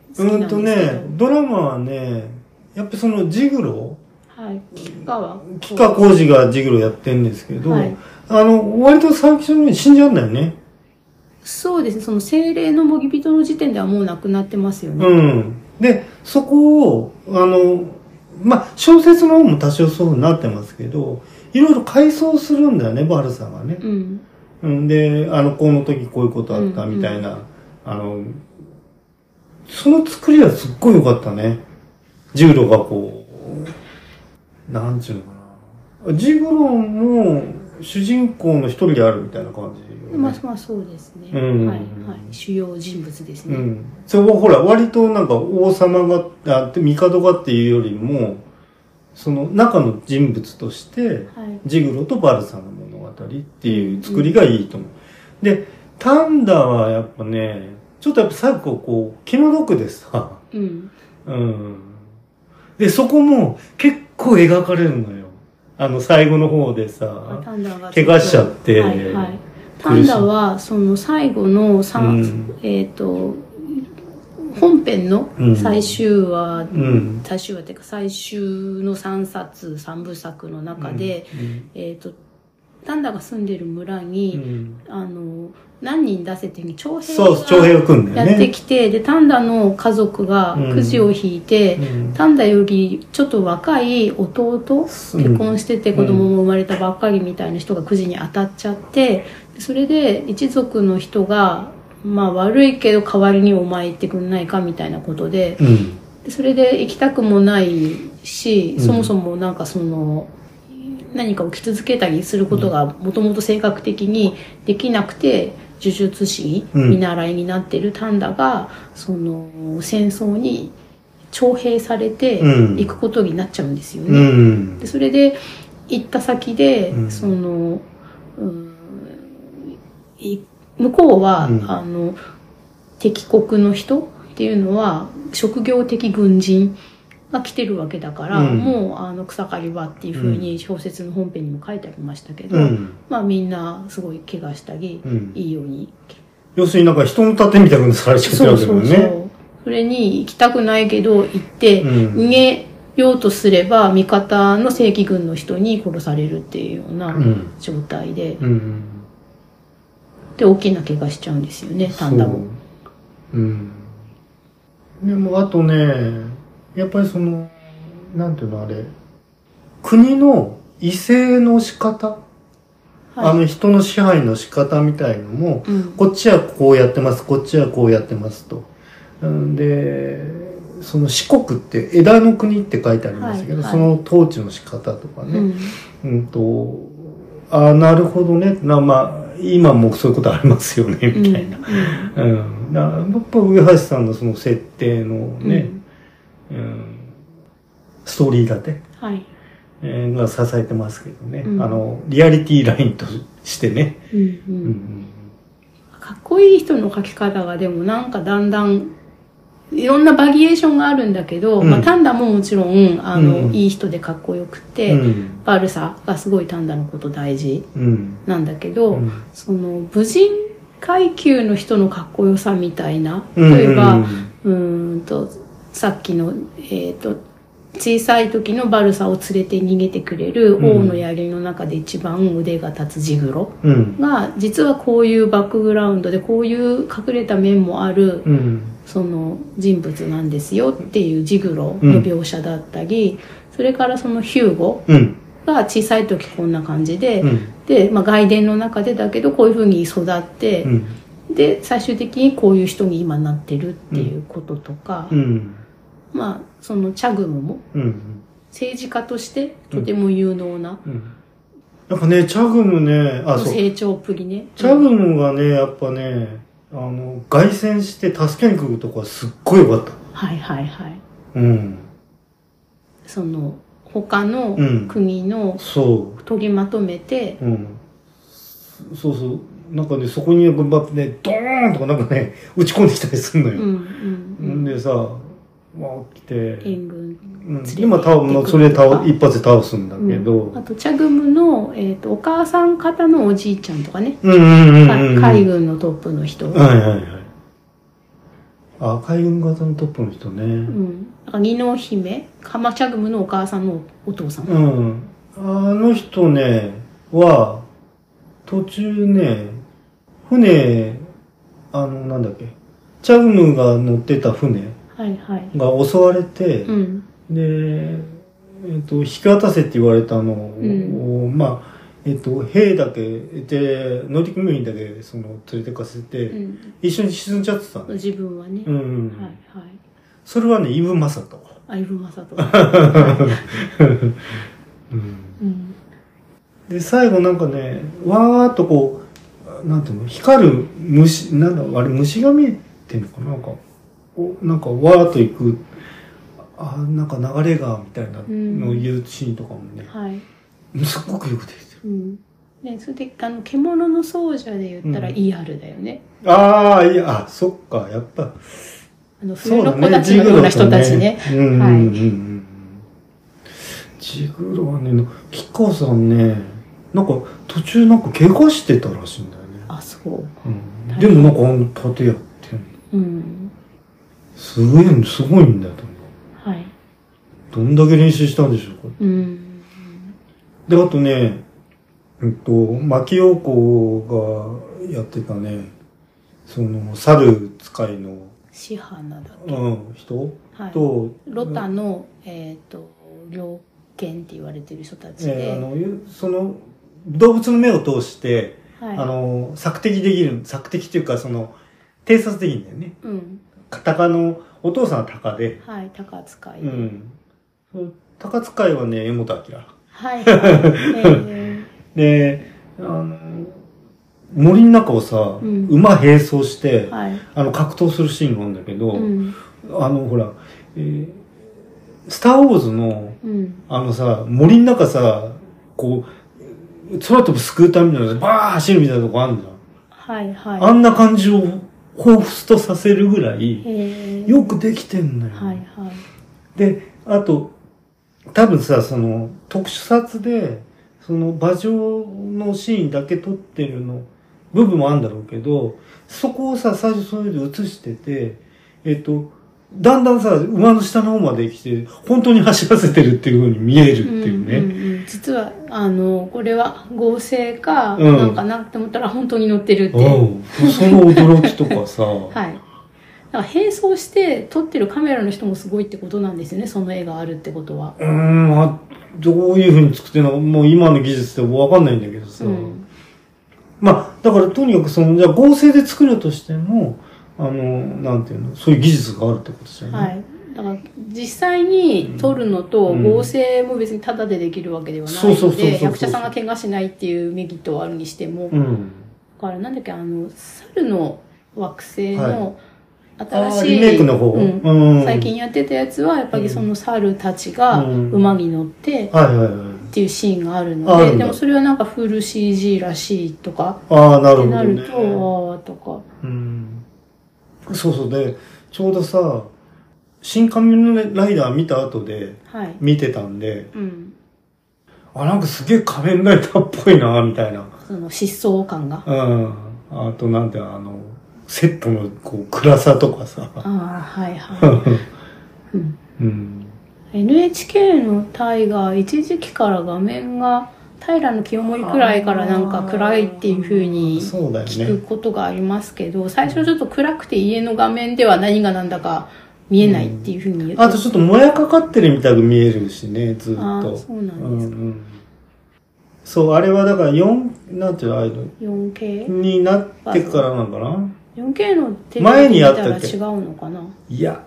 B: 好き
A: う
B: なんんですけど、
A: とねドラマはねやっぱそのジグロ
B: はい菊川
A: 吉川浩司がジグロやってんですけど、
B: はい
A: あの割と最初に死んじゃうんだよね
B: そうですねその精霊の模擬人の時点ではもうなくなってますよね、
A: うん。で、そこを、あの、まあ、小説の方も多少そうになってますけど、いろいろ回想するんだよね、バルさんがね。
B: うん
A: うん、で、あの、この時こういうことあった
B: うん
A: みたいな、あの、その作りはすっごい良かったね。ジグロがこう、なんちゅうのかな。ジグロも主人公の一人であるみたいな感じよね、
B: まあまあそうですね、
A: うん
B: はい、はい、主要人物です
A: う
B: ね、
A: ん、それはほら割となんか王様があって帝がっていうよりもその中の人物として
B: はい
A: ジグロとバルサの物語っていう作りがいいと思う、でタンダはやっぱねちょっとやっぱ最後こう気の毒でさ
B: うん
A: うんでそこも結構描かれるのよあの最後の方でさ
B: タンダーが
A: 怪我しちゃって、
B: はいはい、パンダはその最後のさ、
A: うん
B: えっ、と本編の
A: うん
B: 最終
A: う
B: 話、
A: ん
B: 最終話っていうか最終の3冊3部作の中で、、えっ、とパンダが住んでる村
A: うんう
B: に、
A: ん
B: あの何人出せっていうふうに徴兵
A: そう、徴兵を組んで
B: が
A: ね。
B: やってきて、でタンダの家族がくじを引いて、
A: うん
B: タンダよりちょっと若い弟結婚してて子供も生まれたばっかりみたいな人がくじに当たっちゃってそれで一族の人がまあ悪いけど代わりにお前行ってくんないかみたいなことで
A: うん。
B: でそれで行きたくもないし
A: うん
B: そもそもなんかその何かを着続けたりすることがもともと性格的にできなくて呪術師
A: うん
B: 見習いになってるタンダがその戦争に徴兵されて
A: うん
B: 行くことになっちゃうんですよね。
A: うん
B: で。それで行った先で、
A: うん
B: そのうーんい向こうは、
A: うん
B: あの敵国の人っていうのは職業的軍人が来てるわけだから、
A: うん
B: もうあの草刈り場っていうふうに小説の本編にも書いてありましたけど、
A: うん。
B: まあみんなすごい怪我したり、
A: うん。
B: いいように
A: 要するになんか人の盾みたいなことされちゃってる
B: そ
A: わ
B: う
A: けだ
B: そ
A: よ
B: う
A: ね。
B: そうそれに行きたくないけど行って、
A: うん
B: 逃げようとすれば味方の正規軍の人に殺されるっていうような
A: うん。
B: 状態で、
A: うん。
B: で大きな怪我しちゃうんですよねタンダも
A: そう。うん。でもあとね、やっぱりその、なんていうのあれ、国の異性の仕方、あ
B: はい
A: の人の支配の仕方みたいのも、
B: うん
A: こっちはこうやってます、こっちはこうやってますと。うんで、その四国って枝の国って書いてありましたけど、
B: はいはい
A: その統治の仕方とか
B: う
A: ね。
B: ん
A: うん、と、ああ、なるほどね。なまあ、今もそういうことありますよね、
B: うん
A: みたいな。うん。だからやっぱ上橋さんのその設定の
B: うん
A: ね、うんストーリー立て、
B: はい、
A: えーが支えてますけどね、
B: うん
A: あの、リアリティラインとしてね。
B: うん
A: う
B: うん
A: ん
B: かっこいい人の描き方がでもなんかだんだんいろんなバリエーションがあるんだけど、
A: うん
B: まあ、タンダももちろんあの、
A: うん
B: いい人でかっこよくて、
A: うん。
B: バルサがすごいタンダのこと大事
A: うん。
B: なんだけど、
A: うん
B: その武人階級の人のかっこよさみたいな
A: うん
B: 例えば、
A: う
B: うんーんとさっきの、えー、と小さい時のバルサを連れて逃げてくれる
A: うん
B: 王の槍の中で一番腕が立つジグロ
A: うん。
B: が実はこういうバックグラウンドでこういう隠れた面もある
A: うん。
B: その人物なんですよっていうジグロの描写だったり、それからそのヒューゴ
A: うん。
B: が小さい時こんな感じで、
A: うん
B: で、まあ、外伝の中でだけどこういうふうに育って
A: う、ん
B: で最終的にこういう人に今なってるっていうこととか、
A: うん
B: まあそのチャグムも
A: うん
B: 政治家としてとても有能な、
A: うんなんかねチャグムねあそう
B: 成長っぷりね。
A: チャグムがねやっぱねあの凱旋して助けに来るとこはすっごい良かった
B: はいはいはい。
A: うん
B: その他の
A: うん
B: 国の
A: そう
B: 取りまとめて、
A: うん、そうそうなんかねそこにやっぱねドーンとかなんかね 打ち込んできたりするの
B: うん
A: よ、
B: うん
A: ん、
B: うん、
A: でさまあ来て、
B: 援軍
A: うん、
B: て
A: 今倒まあそれで倒一発で倒すんだけど、
B: あとチャグムの、えー、とお母さん方のおじいちゃんとかね、
A: うんうんうんうん、うん、
B: か海軍のトップの人、
A: はいはいはいあ海軍型のトップの人
B: う
A: ね
B: ん、なんか技能姫カマチャグムのお母さんのお父さん、
A: うん、あの人ねは途中ね船あのなんだっけチャグムが乗ってた船
B: はいはい、
A: が襲われて、
B: うん、
A: で、えっと引き渡せって言われたのを、
B: う
A: まあ、えっと兵だけで乗組員だけその連れてかせて、
B: うん、
A: 一緒に沈んじゃってたんだよ
B: 自分はね、
A: うん、
B: はいはい
A: それはねイブ・マサト、
B: アイブマサ ト、は
A: うん、
B: いうん、
A: で最後なんかねわーっとこうなんていうの光る虫なんだあれ虫が見えてんのかななんかおなんかわーっといくあなんか流れがみたいなのを言うシーンとかもね、
B: はい、
A: すっごくよくできてる
B: うんね、それであの獣の奏者で言ったら
A: うん
B: ER だよね、
A: ああ、いや、あ、そっか、やっぱ、
B: あの冬の子たちのような人たちね。
A: ジグロとねうんうん
B: はい
A: うんうん。ジグロはね、キッカーさんね、なんか途中なんか怪我してたらしいんだよね。
B: あそう
A: うんでもなんかあの盾やってんの
B: うん
A: すごい、すごいんだよ、
B: はい
A: どんだけ練習したんでしょうか。
B: うん
A: で、あとね、うんと、牧陽子がやってたね、その、猿使いの、
B: シハナだっけ、
A: うん、人
B: はい、
A: と、
B: ロタの、えっ、と猟犬って言われてる人たち
A: え
B: で、
A: ーあのゆその動物の目を通して、
B: はい
A: あの索敵できる索敵というかその偵察できるんだよね
B: うん
A: タカのお父さんはタカで、
B: はい高使い、
A: うん、そうタカ使いはね柄本明
B: はい、はい
A: であの森の中をさ、
B: うん
A: 馬並走し
B: え
A: て、
B: ーはい
A: あの格闘するシーンがあるんだけど、
B: うん
A: あのほら、えースター・ウォーズ」の
B: うん
A: あのさ、森の中さ、こう、空飛ぶスクーターみたいなのでバーッ走るみたいなとこあんじゃん。
B: はいはい
A: あんな感じを彷彿とさせるぐら
B: え
A: い、
B: ー
A: よくできてんのよ。
B: はいはい
A: で、あと、多分さ、その、特殊撮で、その、馬上のシーンだけ撮ってるの、部分もあるんだろうけど、そこをさ、最初それで映してて、えっと、だんだんさ、馬の下の方まで来て、本当に走らせてるっていう風に見えるっていうね。
B: うんうんうん実はあのこれは合成か、
A: うん
B: なんかなって思ったら本当に乗ってるっていう
A: うん、その驚きとかさ、
B: はいだから並走して撮ってるカメラの人もすごいってことなんですよねその絵があるってことは
A: うーんあどういうふうに作ってるのかもう今の技術ってわかんないんだけどさ、
B: うん
A: まあだからとにかくそのじゃあ合成で作るとしてもあのなんていうのそういう技術があるってことじゃな、
B: はいいだから実際に撮るのと
A: うん
B: 合成も別にタダでできるわけではな
A: そう
B: い
A: そう
B: の
A: そうそう
B: で役者さんが怪我しないっていうメリットはあるにしても、だ
A: うん、
B: からなんだっけあの猿の惑星の新
A: あ
B: し
A: ー
B: い、
A: リメイクの方、
B: うん
A: うん
B: 最近やってたやつはやっぱりその猿たちが
A: うん
B: 馬に乗って
A: はいはいはい
B: っていうシーンがある
A: あ
B: の
A: あ
B: で、
A: るんだ
B: でもそれはなんかフル CG らしいとか
A: ああな
B: っ
A: るほど、ね、
B: てなると、ああとか
A: うんそうそうでちょうどさ「新仮面ライダー」見た後で
B: はい
A: 見てたんで
B: うん
A: あなんかすげえ仮面ライダーっぽいなみたいな
B: その疾走感が
A: うん。あとなんて、あの、セットのこう暗さとかさ。
B: ああはいはい、うん、
A: うん。
B: NHK の「大河」一時期から画面が平の清盛くらいからなんか暗いっていう風に
A: そうだよ
B: 聞く
A: ね。
B: ことがありますけど、最初ちょっと暗くて家の画面では何が何だか見えないっていう風に言う
A: あとちょっともやかかってるみたいに見えるしね、ずっ
B: ああ
A: と。
B: そうな
A: うん
B: ですか、
A: んそうあれはだから4なんていうのああいうの
B: 4K?4K
A: になってからなんかな
B: のテ
A: 前
B: レ
A: に
B: ビ見
A: やったたっ
B: ら
A: け
B: 違うのかない
A: や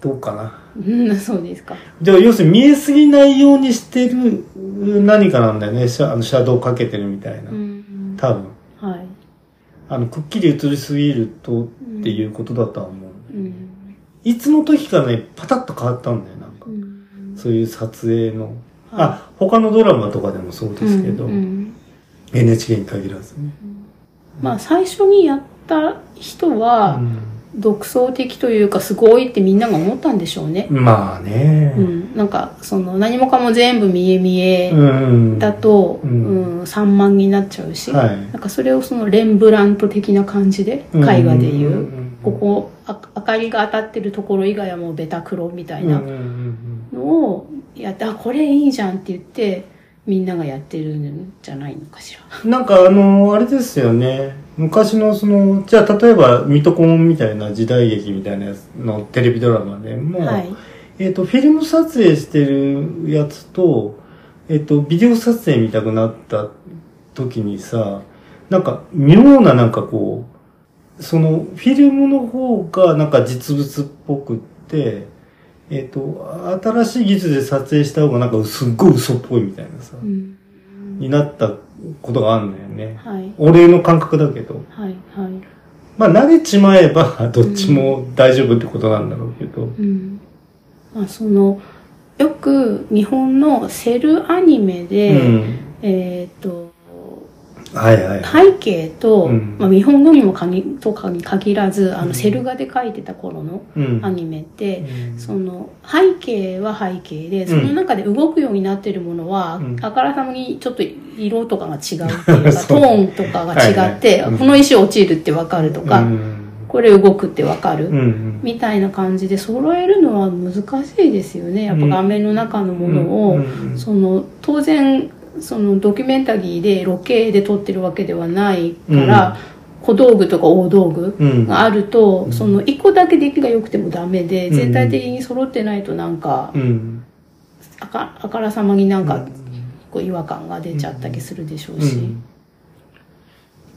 A: どうかな
B: うん、 そうですか。
A: でも要するに見えすぎないようにしてる何かなんだよねシャあのシャドウかけてるみたいな、
B: うん。
A: 多分
B: はい。
A: あのくっきり映りすぎるとっていうことだとは思う、
B: うん。
A: いつの時かねパタッと変わったんだよなんか
B: うん
A: そういう撮影の
B: は
A: あ他のドラマとかでもそう
B: い
A: ですけど、
B: うんうん
A: NHK に限らずね、
B: まあ、最初にやった人
A: う
B: は、
A: ん
B: 独創的というか、すごいってみんなが思ったんでしょうね。
A: まあね
B: う、ん。なんか、その、何もかも全部見え見え
A: うん
B: だと、
A: う
B: うんん、散漫になっちゃうし、
A: は
B: ないんかそれをその、レンブラント的な感じで、絵画でい
A: ん
B: う、
A: ん
B: ここ、あ明かりが当たってるところ以外はもうベタ黒みたいな
A: うんうんうん
B: のをやって、あ、これいいじゃんって言って、みんながやってるんじゃないのかしら。
A: うんなんかあのあれですよね昔のそのじゃあ例えば「水戸黄門」みたいな時代劇みたいなやつのテレビドラマでも、
B: はい。
A: えっとフィルム撮影してるやつと,、えっとビデオ撮影見たくなった時にさなんか妙ななんかこうそのフィルムの方がなんか実物っぽくって、えっと新しい技術で撮影した方がなんかすっごい嘘っぽいみたいなさ、
B: うん。
A: になったことがあるんだよね。
B: はい。
A: 俺の感覚だけど。
B: はい。はい。
A: まあ慣れちまえばどっちも大丈夫ってことなんだろうけど。
B: うん。まあ、その、よく日本のセルアニメ
A: う
B: で、
A: ん。
B: えっ、と、
A: はいはい。
B: 背景と、
A: うん
B: まあ、日本語にも限とかに限らず、あ
A: うん
B: の、セル画で描いてた頃の
A: うん
B: アニメって、
A: うん
B: その背景は背景で、
A: ん
B: その中で動くようになってるものは、
A: うん
B: あからさまにちょっと色とかが違うっていう か
A: そう
B: トーンとかが違って、
A: はいはいうん
B: この石落ちるってわかるとか、
A: うん
B: これ動くってわかる、
A: うん
B: みたいな感じで揃えるのは難しいですよねやっぱ画面の中のものを、
A: うん
B: その当然そのドキュメンタリーでロケで撮ってるわけではないから、小道具とか大道具、
A: うん
B: があると、
A: うん
B: その一個だけ出来が良くてもダメで、
A: うん
B: 全体的に揃ってないとなんか、
A: うん
B: あかあからさまになん
A: う
B: か
A: ん
B: こう違和感が出ちゃったりするでしょうし、
A: うん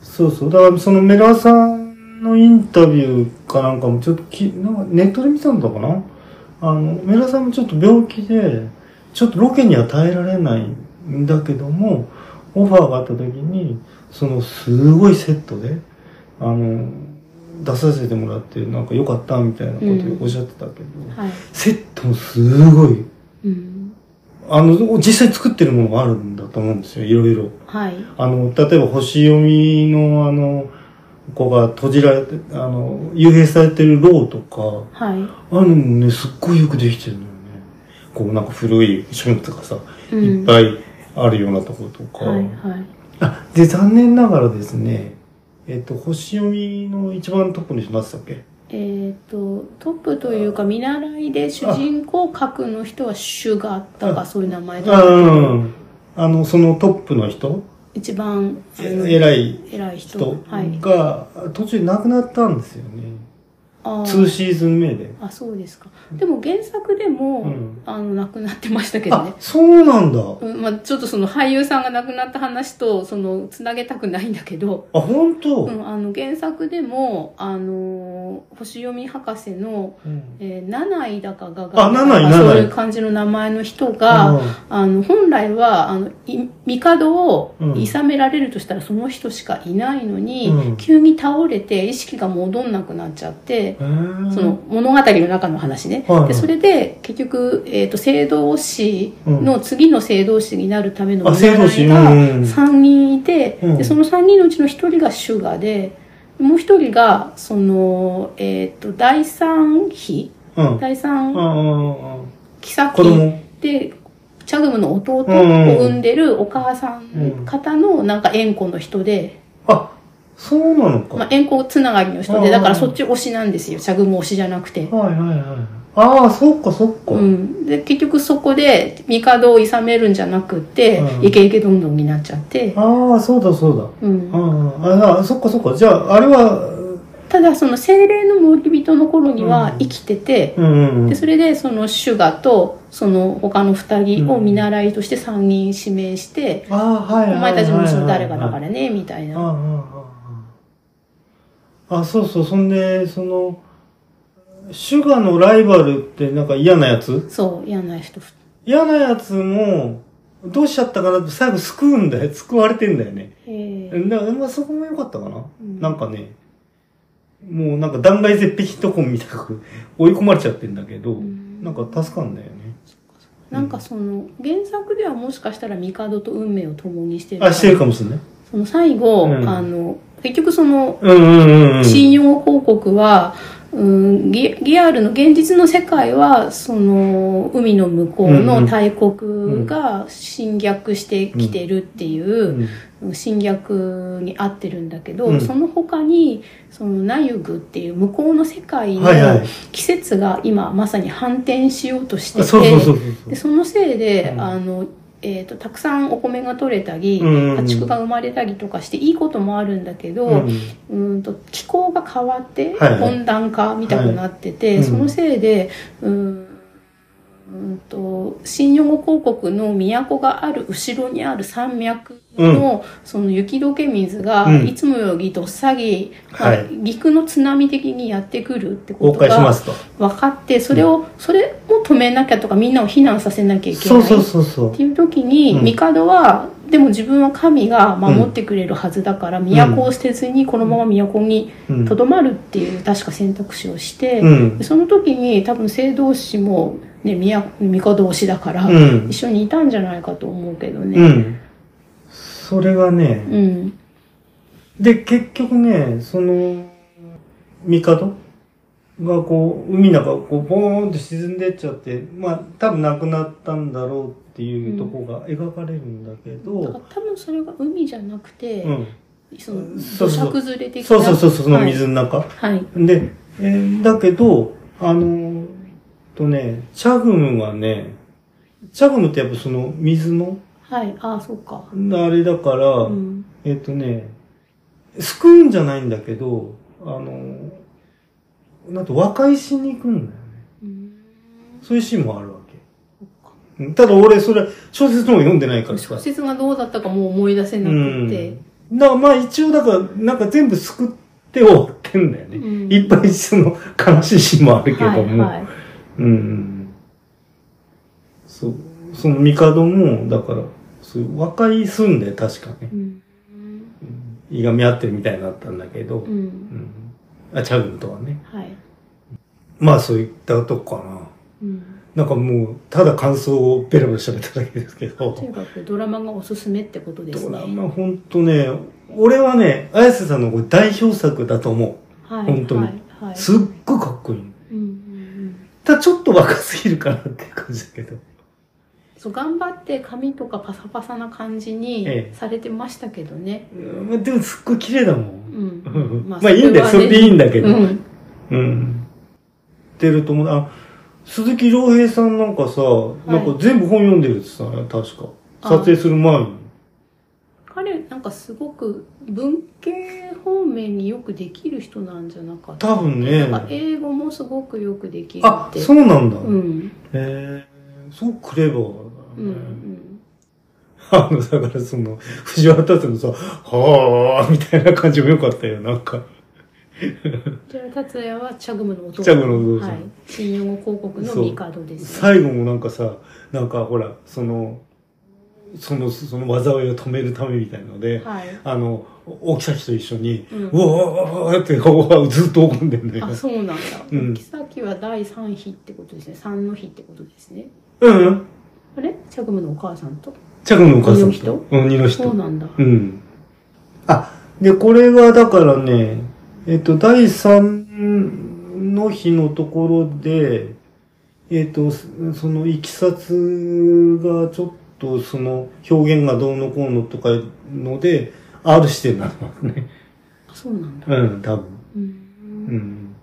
A: そうそうだからそのメラさんのインタビューかなんかもちょっときなんかネットで見たのかなあのメラさんもちょっと病気でちょっとロケには耐えられないんだけどもオファーがあった時にそのすごいセットであの出させてもらってなんか良かったみたいなことをおっしゃってたけど、
B: はい、
A: セットもすごい
B: うん、
A: あの、実際作ってるものがあるんだと思うんですよ、いろいろ。
B: はい、
A: あの、例えば星読みのあの、子が閉じられて、あの、幽閉されてる牢とか、
B: は
A: あのね、すっごいよくできてるのよね。こうなんか古い書物とかさ、
B: い、うん、
A: いっぱいあるようなとことか。
B: はい、はい、
A: あ、で、残念ながらですね、えっと、星読みの一番トップの人なんて言ってたっけ
B: えっ、とトップというか見習いで主人公格の人はシュガーと
A: あ
B: かそういう名前
A: あ
B: だ
A: うん。あの、そのトップの人、
B: 一番あの
A: え偉い
B: 偉い人
A: 人
B: はい
A: が途中で亡くなったんですよね、
B: あ
A: 2
B: ー
A: シーズン目で、
B: あそうですかでも原作でも、
A: うん
B: あの亡くなってましたけどね
A: あそうなんだ
B: うんまあ、ちょっとその俳優さんが亡くなった話とそのつなげたくないんだけど、
A: あ本当、
B: うん、あの原作でも、あのー星読み博士の、
A: うん
B: えー、七井だかが
A: あ七井
B: なんかそうい
A: 七
B: う
A: 井
B: 感じの名前の人が、あの本来はあのい帝を
A: うん
B: 諌められるとしたらその人しかいないのに、
A: うん
B: 急に倒れて意識が戻んなくなっちゃって。
A: うん
B: その物語の中の話ね、
A: はいはい
B: でそれで結局、えー、と聖堂師
A: うん
B: の次の聖堂師になるための
A: あ聖堂師
B: 見習い
A: うん
B: が3人いて、
A: うん
B: でその3人のうちの1人がシュガでもう1人がその、えー、と第3妃
A: うん
B: 第
A: うん
B: 3
A: うんうん
B: 妃
A: 子供
B: でチャグムの弟を
A: うん
B: 産んでるお母さ
A: うん
B: ん方のなんか縁故の人で、
A: あそうなのか、
B: まあ、縁故つながりの人
A: うん
B: でだからそっち推しなんですよチャグム推しじゃなく
A: は
B: て。
A: いはいはいああそっかそっか、
B: うん、で結局そこで帝を諌めるんじゃなくて、
A: うん
B: イケイケどんどんになっちゃって、
A: ああそうだそうだ
B: うん
A: うんうんああそっかそっかじゃああれは
B: ただその精霊の森人の頃には
A: うん
B: 生きてて、
A: うんうんうん
B: でそれでそのシュガとその他の2人を見習いとして3人指名して、
A: ああはいはいはいはい
B: お前たちもその誰がだかららねみたい
A: ああ
B: な、
A: ああああそうそうそんでそのシュガのライバルってなんか嫌なやつ
B: そう嫌な人
A: 嫌なやつもどうしちゃったかなって最後救うんだよ救われてんだよね
B: えー
A: だから、まあ、そこも良かったかな、
B: うん
A: なんかね、もうなんか断崖絶壁とこみたく 追い込まれちゃってんだけど、
B: ん
A: なんか助かんだよね。
B: なんかその原作ではもしかしたら帝と運命を共にしてるから
A: あ、してるかもしれない。
B: その最後、
A: うん
B: あの結局その
A: うんうんうん。
B: 信用広告は、うん、リリアルの現実の世界はその海の向こう
A: うんう
B: の
A: ん
B: 大国が侵略してきてるっていうう、
A: ん
B: 侵略に合ってるんだけど、
A: うん
B: その他にそのナユグっていう向こうの世界の
A: はいはい。
B: 季節が今まさに反転しようとして
A: あ
B: て。
A: そうそうそう
B: で
A: そ
B: そのせいで、
A: うん
B: あのえー、とたくさんお米が取れたり、
A: うんうんうん
B: 家畜が生まれたりとかしていいこともあるんだけど、
A: う。う
B: うんーんと気候が変わって、
A: はいはい
B: 温暖化みたくなってて、
A: はいうん
B: そのせいでうーんうーんと新日本広告の都がある後ろにある山脈の,、その雪解け水が、
A: うん
B: いつもよりどっさり、
A: はい
B: まあ陸の津波的にやってくるってこ
A: 公
B: と
A: 開
B: が
A: しますと。
B: 分かってそれを、それも止めなきゃとかみんなを避難させなきゃいけ
A: そ
B: ないう
A: そうそうそう
B: っ。ていう時に、
A: うん
B: 帝はでも自分は神が守ってくれるはずだから、都を捨てずにこのまま都に
A: うん
B: とどまるっていう確か選択肢をして、
A: うん
B: で。その時に多分聖同士も、ね、都帝推しだから、
A: うん
B: 一。緒にいたんじゃないかと思うけど
A: う
B: ね。
A: ん。それがね、
B: うん
A: で、結局ね、その、帝がこう、海の中、こう、ボーンと沈んでっちゃって、まあ、多分亡くなったんだろうっていうとこが描かれるんだけ
B: だから
A: ど、
B: 多分それが海じゃなくて、
A: うん。
B: その
A: そ
B: 土
A: うそう
B: 砂崩れ的な
A: そうそうそう、その水の中。
B: はい、はい
A: で、えーだけど、あのーとね、チャグムがね、チャグムってやっぱその水の、
B: はい、ああそうか、
A: あれだから、
B: うん
A: えっ、とね、救うんじゃないんだけど、あの、なんと和解しに行くんだよね。
B: うん
A: そういうシーンもあるわけ。うんただ俺、それ、小説の方読んでないからさ。
B: 小
A: だか
B: 説がどうだったかもう思い出せなくて、
A: らまあ一応、だから、なんか全部救って終わってんだよね。
B: うん
A: いっぱいその悲しいシーンもあるけども。
B: はいはい、
A: うんうんうん。そう、その帝も、だから、そういう和解すんだよ、確かね。
B: うん
A: うんいがみ合ってるみたいになったんだけど。
B: うん
A: うんあ、チャグムとはね。
B: はい、
A: まあそういったとこか
B: うん、
A: な。なんかもう、ただ感想をベラベラ喋っただけですけど
B: と。にかくドラマがおすすめってことです
A: ド
B: ね
A: ラマほんとね、俺はね、綾瀬さんのこれ代表作だと思
B: はい
A: 本当に
B: はいは
A: う。
B: い
A: すっごいかっこいい。
B: うんうんうん、
A: ただちょっと若すぎるかなっていう感じだけど。
B: そう頑張って髪とかパサパサな感じ
A: え
B: に
A: え
B: されてましたけどね、
A: うんでもすっごい綺麗だも。
B: うん
A: うんん
B: ま あ
A: まあいいんだよ、
B: そ
A: そ
B: れはね
A: れでいいんだけ
B: う
A: ど。
B: ん
A: うん。出ると思う。あ、鈴木亮平さんなんかさ、なんか全部本読んでるってさ、確か。
B: あ
A: 撮影する前に。
B: 彼なんかすごく文系方面によくできる人なんじゃなかった
A: 多分ね。
B: なんか英語もすごくよくできる
A: あ
B: っ、て
A: そうなんだ。へ
B: うん
A: えすごくクレバー
B: う
A: だ
B: んう
A: よね。
B: ん
A: あの、だからその、藤原達のさ、はぁーみたいな感じも良かったよ、なんか。
B: じゃあ達也はチャグムのお父
A: チャグムのお父
B: は
A: さん
B: い。信用広告のミカドです。
A: 最後もなんかさ、なんかほら、その、その、その災いを止めるためみたいので、
B: はい。
A: あの、沖崎と一緒に、
B: うん
A: うわーって、うわーずっと怒んでんだよ
B: あ、。そうなんだ。
A: うん
B: 木崎は第三日ってことですね。三の日ってことですね。
A: うんうん。
B: あれチャグムのお母さんと。
A: チャグのお母さん
B: 二の人
A: と。うん、二の人。
B: そうなんだ。
A: うん。あ、で、これがだからね、えっと、第3の日のところで、えっと、そその、いきさつがちょっと、その、表現がどうのこうのとかので、R してなのね。
B: あそうなんだ。
A: うん、多分。
B: う。
A: うんん。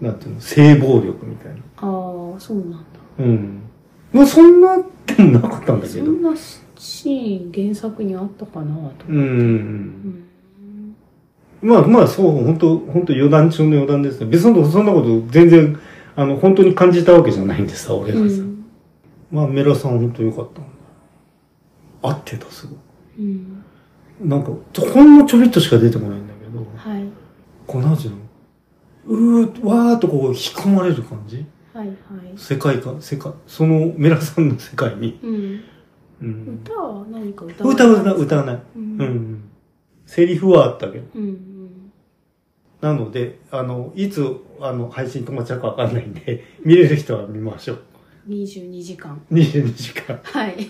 A: なんていうの、性暴力みたいな。
B: ああ、そうなんだ。
A: うん。まあ、そんなでもなかったんだけ
B: そ
A: ど。
B: んなシーン原作にあったかなと。
A: うん。
B: うん。
A: まあまあそう本当本当余談中の余談ですね別にそんなこと全然あの本当に感じたわけじゃないんですさ俺がさ、
B: うん
A: まあメラさん本当良かったんだ合ってたすごい
B: うん
A: なんかほんのちょびっとしか出てこないんだけど
B: はい
A: この味のうーわーっとこう引き込まれる感じ
B: はいはい、
A: 世界観世界そのメラさんの世界に、
B: うん、
A: うん、
B: 歌は何か歌
A: 歌う歌う歌
B: う
A: わない、
B: う
A: うんん、セリフはあったけど
B: うん
A: なので、あの、いつ、あの、配信止まっちゃうかわかんないんで、見れる人は見ましょう。
B: うん、22時間
A: 22時間。
B: はい、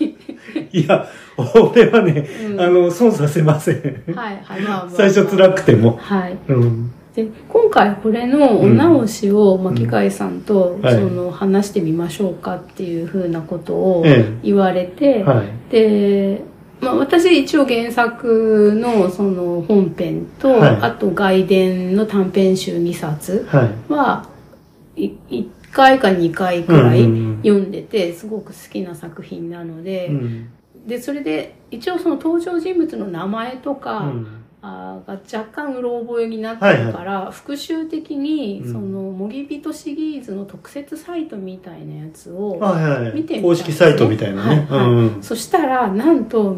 A: いや、俺はね、
B: う
A: あ
B: ん、
A: の、損させません。
B: はいはいまあまあ
A: 最初辛くても。
B: はい
A: うん。
B: で今回これのお直しを巻貝さんと、
A: んはい
B: その話してみましょうかっていうふうなことを
A: え
B: 言われて、
A: え。はい。
B: で、まあ、私一応原作のその本編と、
A: はい
B: あと外伝の短編集2冊
A: はい。
B: は1回か2回くら
A: う
B: い
A: ん
B: 読んでてすごく好きな作品なので,、
A: うん。
B: でそれで一応その登場人物の名前と
A: う
B: か、
A: ん。
B: あーが若干うろ覚えになってるから、復習的に
A: うん
B: その「もぎびと」シリーズの特設サイトみたいなやつを、
A: はいはいはい
B: 見てみたいですね
A: 公式サイトみたいなね。
B: はいはい
A: うん。
B: そしたらなんと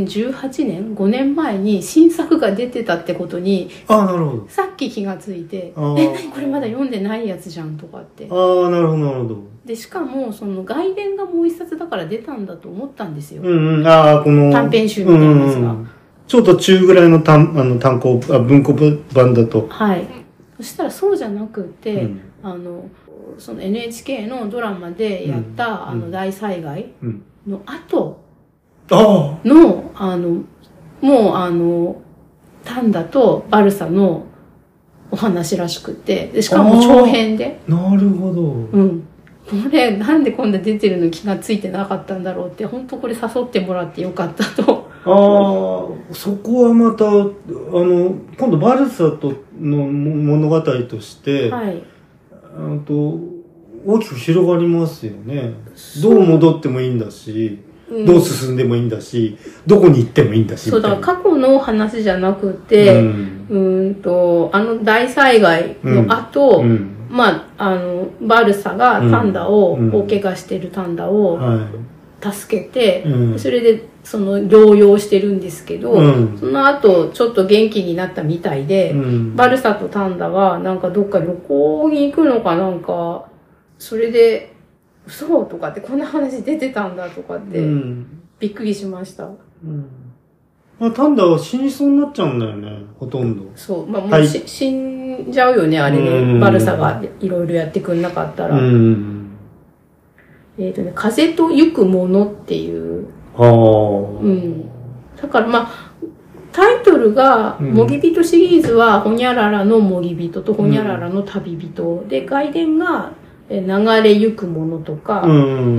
B: 2018年5年前に新作が出てたってことに
A: ああ、なるほど。
B: さっき気がついて「
A: あー
B: え何これまだ読んでないやつじゃん」とかって
A: ああ、なるほど、なるほど。
B: でしかもその外伝がもう一冊だから出たんだと思ったんですよ、
A: うんうん。ああ、この。
B: 短編集みたいなやつ
A: う
B: が
A: んうんうんちょっと中ぐらいの単、あの、単行、あ文庫版だと。
B: はいそしたらそうじゃなく
A: う
B: て、
A: ん。
B: あのその NHK のドラマでやった、
A: うん
B: あの大災害
A: うん。
B: の後
A: あ
B: の、あの、もうあの、タンダとバルサのお話らしくて、でしかも長編で、
A: あ、なるほど。
B: うん。これ、なんでこんな出てるの気がついてなかったんだろうって、本当これ誘ってもらってよかったと。
A: ああそこはまたあの今度バルサとの物語として、
B: はい。
A: あと大きく広がりますよねどう戻ってもいいんだし、
B: うん
A: どう進んでもいいんだしどこに行ってもいいんだし
B: そうだから
A: みたいな
B: 過去の話じゃなく
A: う
B: て、
A: ん
B: うーん、と、あの大災害の後、
A: うん
B: まあ、あの、バルサがタンダを、
A: うん
B: 大怪我してるタンダを
A: は
B: 助けて、
A: いうん
B: それでその療養してるんですけど、
A: うん
B: その後ちょっと元気になったみたいで、
A: うん
B: バルサとタンダはなんかどっか旅行に行くのかなんかそれで「嘘」とかってこんな話出てたんだとかっ
A: う
B: て
A: ん
B: びっくりしました、
A: うんまあ、タンダは死にそうになっちゃうんだよねほとんど
B: そうまあもうし、
A: はい
B: 死んじゃうよねあれ
A: う
B: で
A: ん
B: バルサがいろいろやってくんなかったら、
A: うん
B: えっ、とね「風とゆくもの」っていう
A: ああ
B: んだからまあタイトルが「
A: うん
B: もぎびと」シリーズは「ほにゃららのもぎびと」と「ほにゃららの旅人」で外伝が「えー流れゆくもの」とか
A: う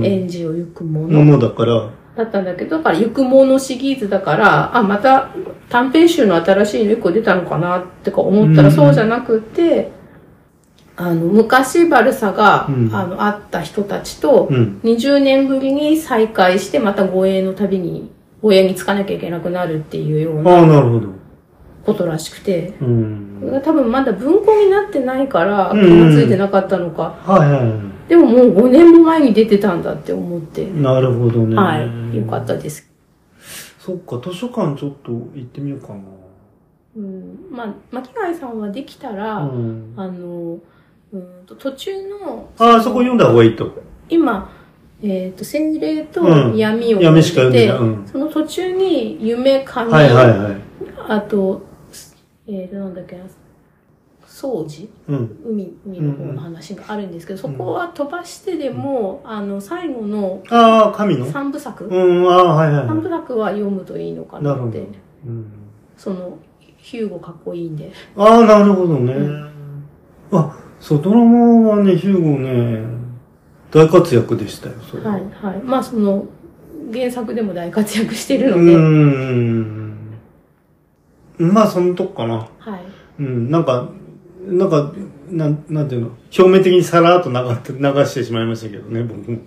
B: 「
A: ん
B: 演じをゆくも
A: も
B: の
A: のだから」
B: だったんだけどだから「ゆくもの」シリーズだからあまた短編集の新しいの1個出たのかなってか思ったら
A: うん
B: そうじゃなくてあの昔バルサが、
A: うん
B: あの会った人たちと
A: うん
B: 20年ぶりに再会してまた護衛の旅に護衛につかなきゃいけなくなるっていうような
A: ああなるほど
B: ことらしくて
A: うん
B: これが多分まだ文庫になってないから
A: う
B: 気
A: ん
B: が付いてなかったのか、
A: はいはいは
B: でももう5年も前に出てたんだって思って
A: い。、なるほどね。
B: はいよかったです、
A: そっか、図書館ちょっと行ってみようか
B: うん、まあ巻貝さんはできたら、
A: な。うん。
B: あのうんと途中の
A: ああ、そこ読んだ方がいいと。
B: 今、えっと精霊と
A: うん
B: 闇を
A: やめしか読んで
B: て、
A: ない。うん。
B: その途中に夢神、
A: はいはいはい。
B: あとえっ、となんだっけな掃除
A: うん。
B: 海海の方の話があるんですけど、
A: うん
B: そこは飛ばしてでも、あの最後の
A: ああ、神の
B: 三部作、
A: うん、ああ、はいはい
B: 三部
A: は
B: 作は読むといいのか
A: い。な
B: な
A: るほ
B: っ
A: ど
B: て。
A: うん。
B: そのヒューゴかっこいいんで
A: ああ、なるほどね
B: う。
A: あ、そう、ドラマはね、ヒューゴね、大活躍でしたよ、それ。
B: はいはいまあその原作でも大活躍してる
A: う
B: ので、
A: ん。まあ、そのとこかな。
B: はい
A: うん、なんか、なんか、なん、なんていうの、表面的にさらっと流って流してしまいましたけどね、僕も。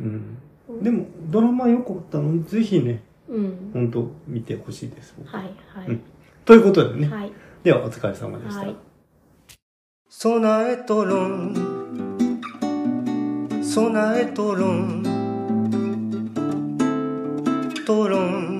A: うん。でも、ドラマ良かったの、ぜひね、
B: うん
A: 本当見てほしいです。
B: はいは
A: うん
B: い、
A: ということでね、
B: はいではお疲れ様でした。
C: はい
A: 備えとろん備えとろんとろん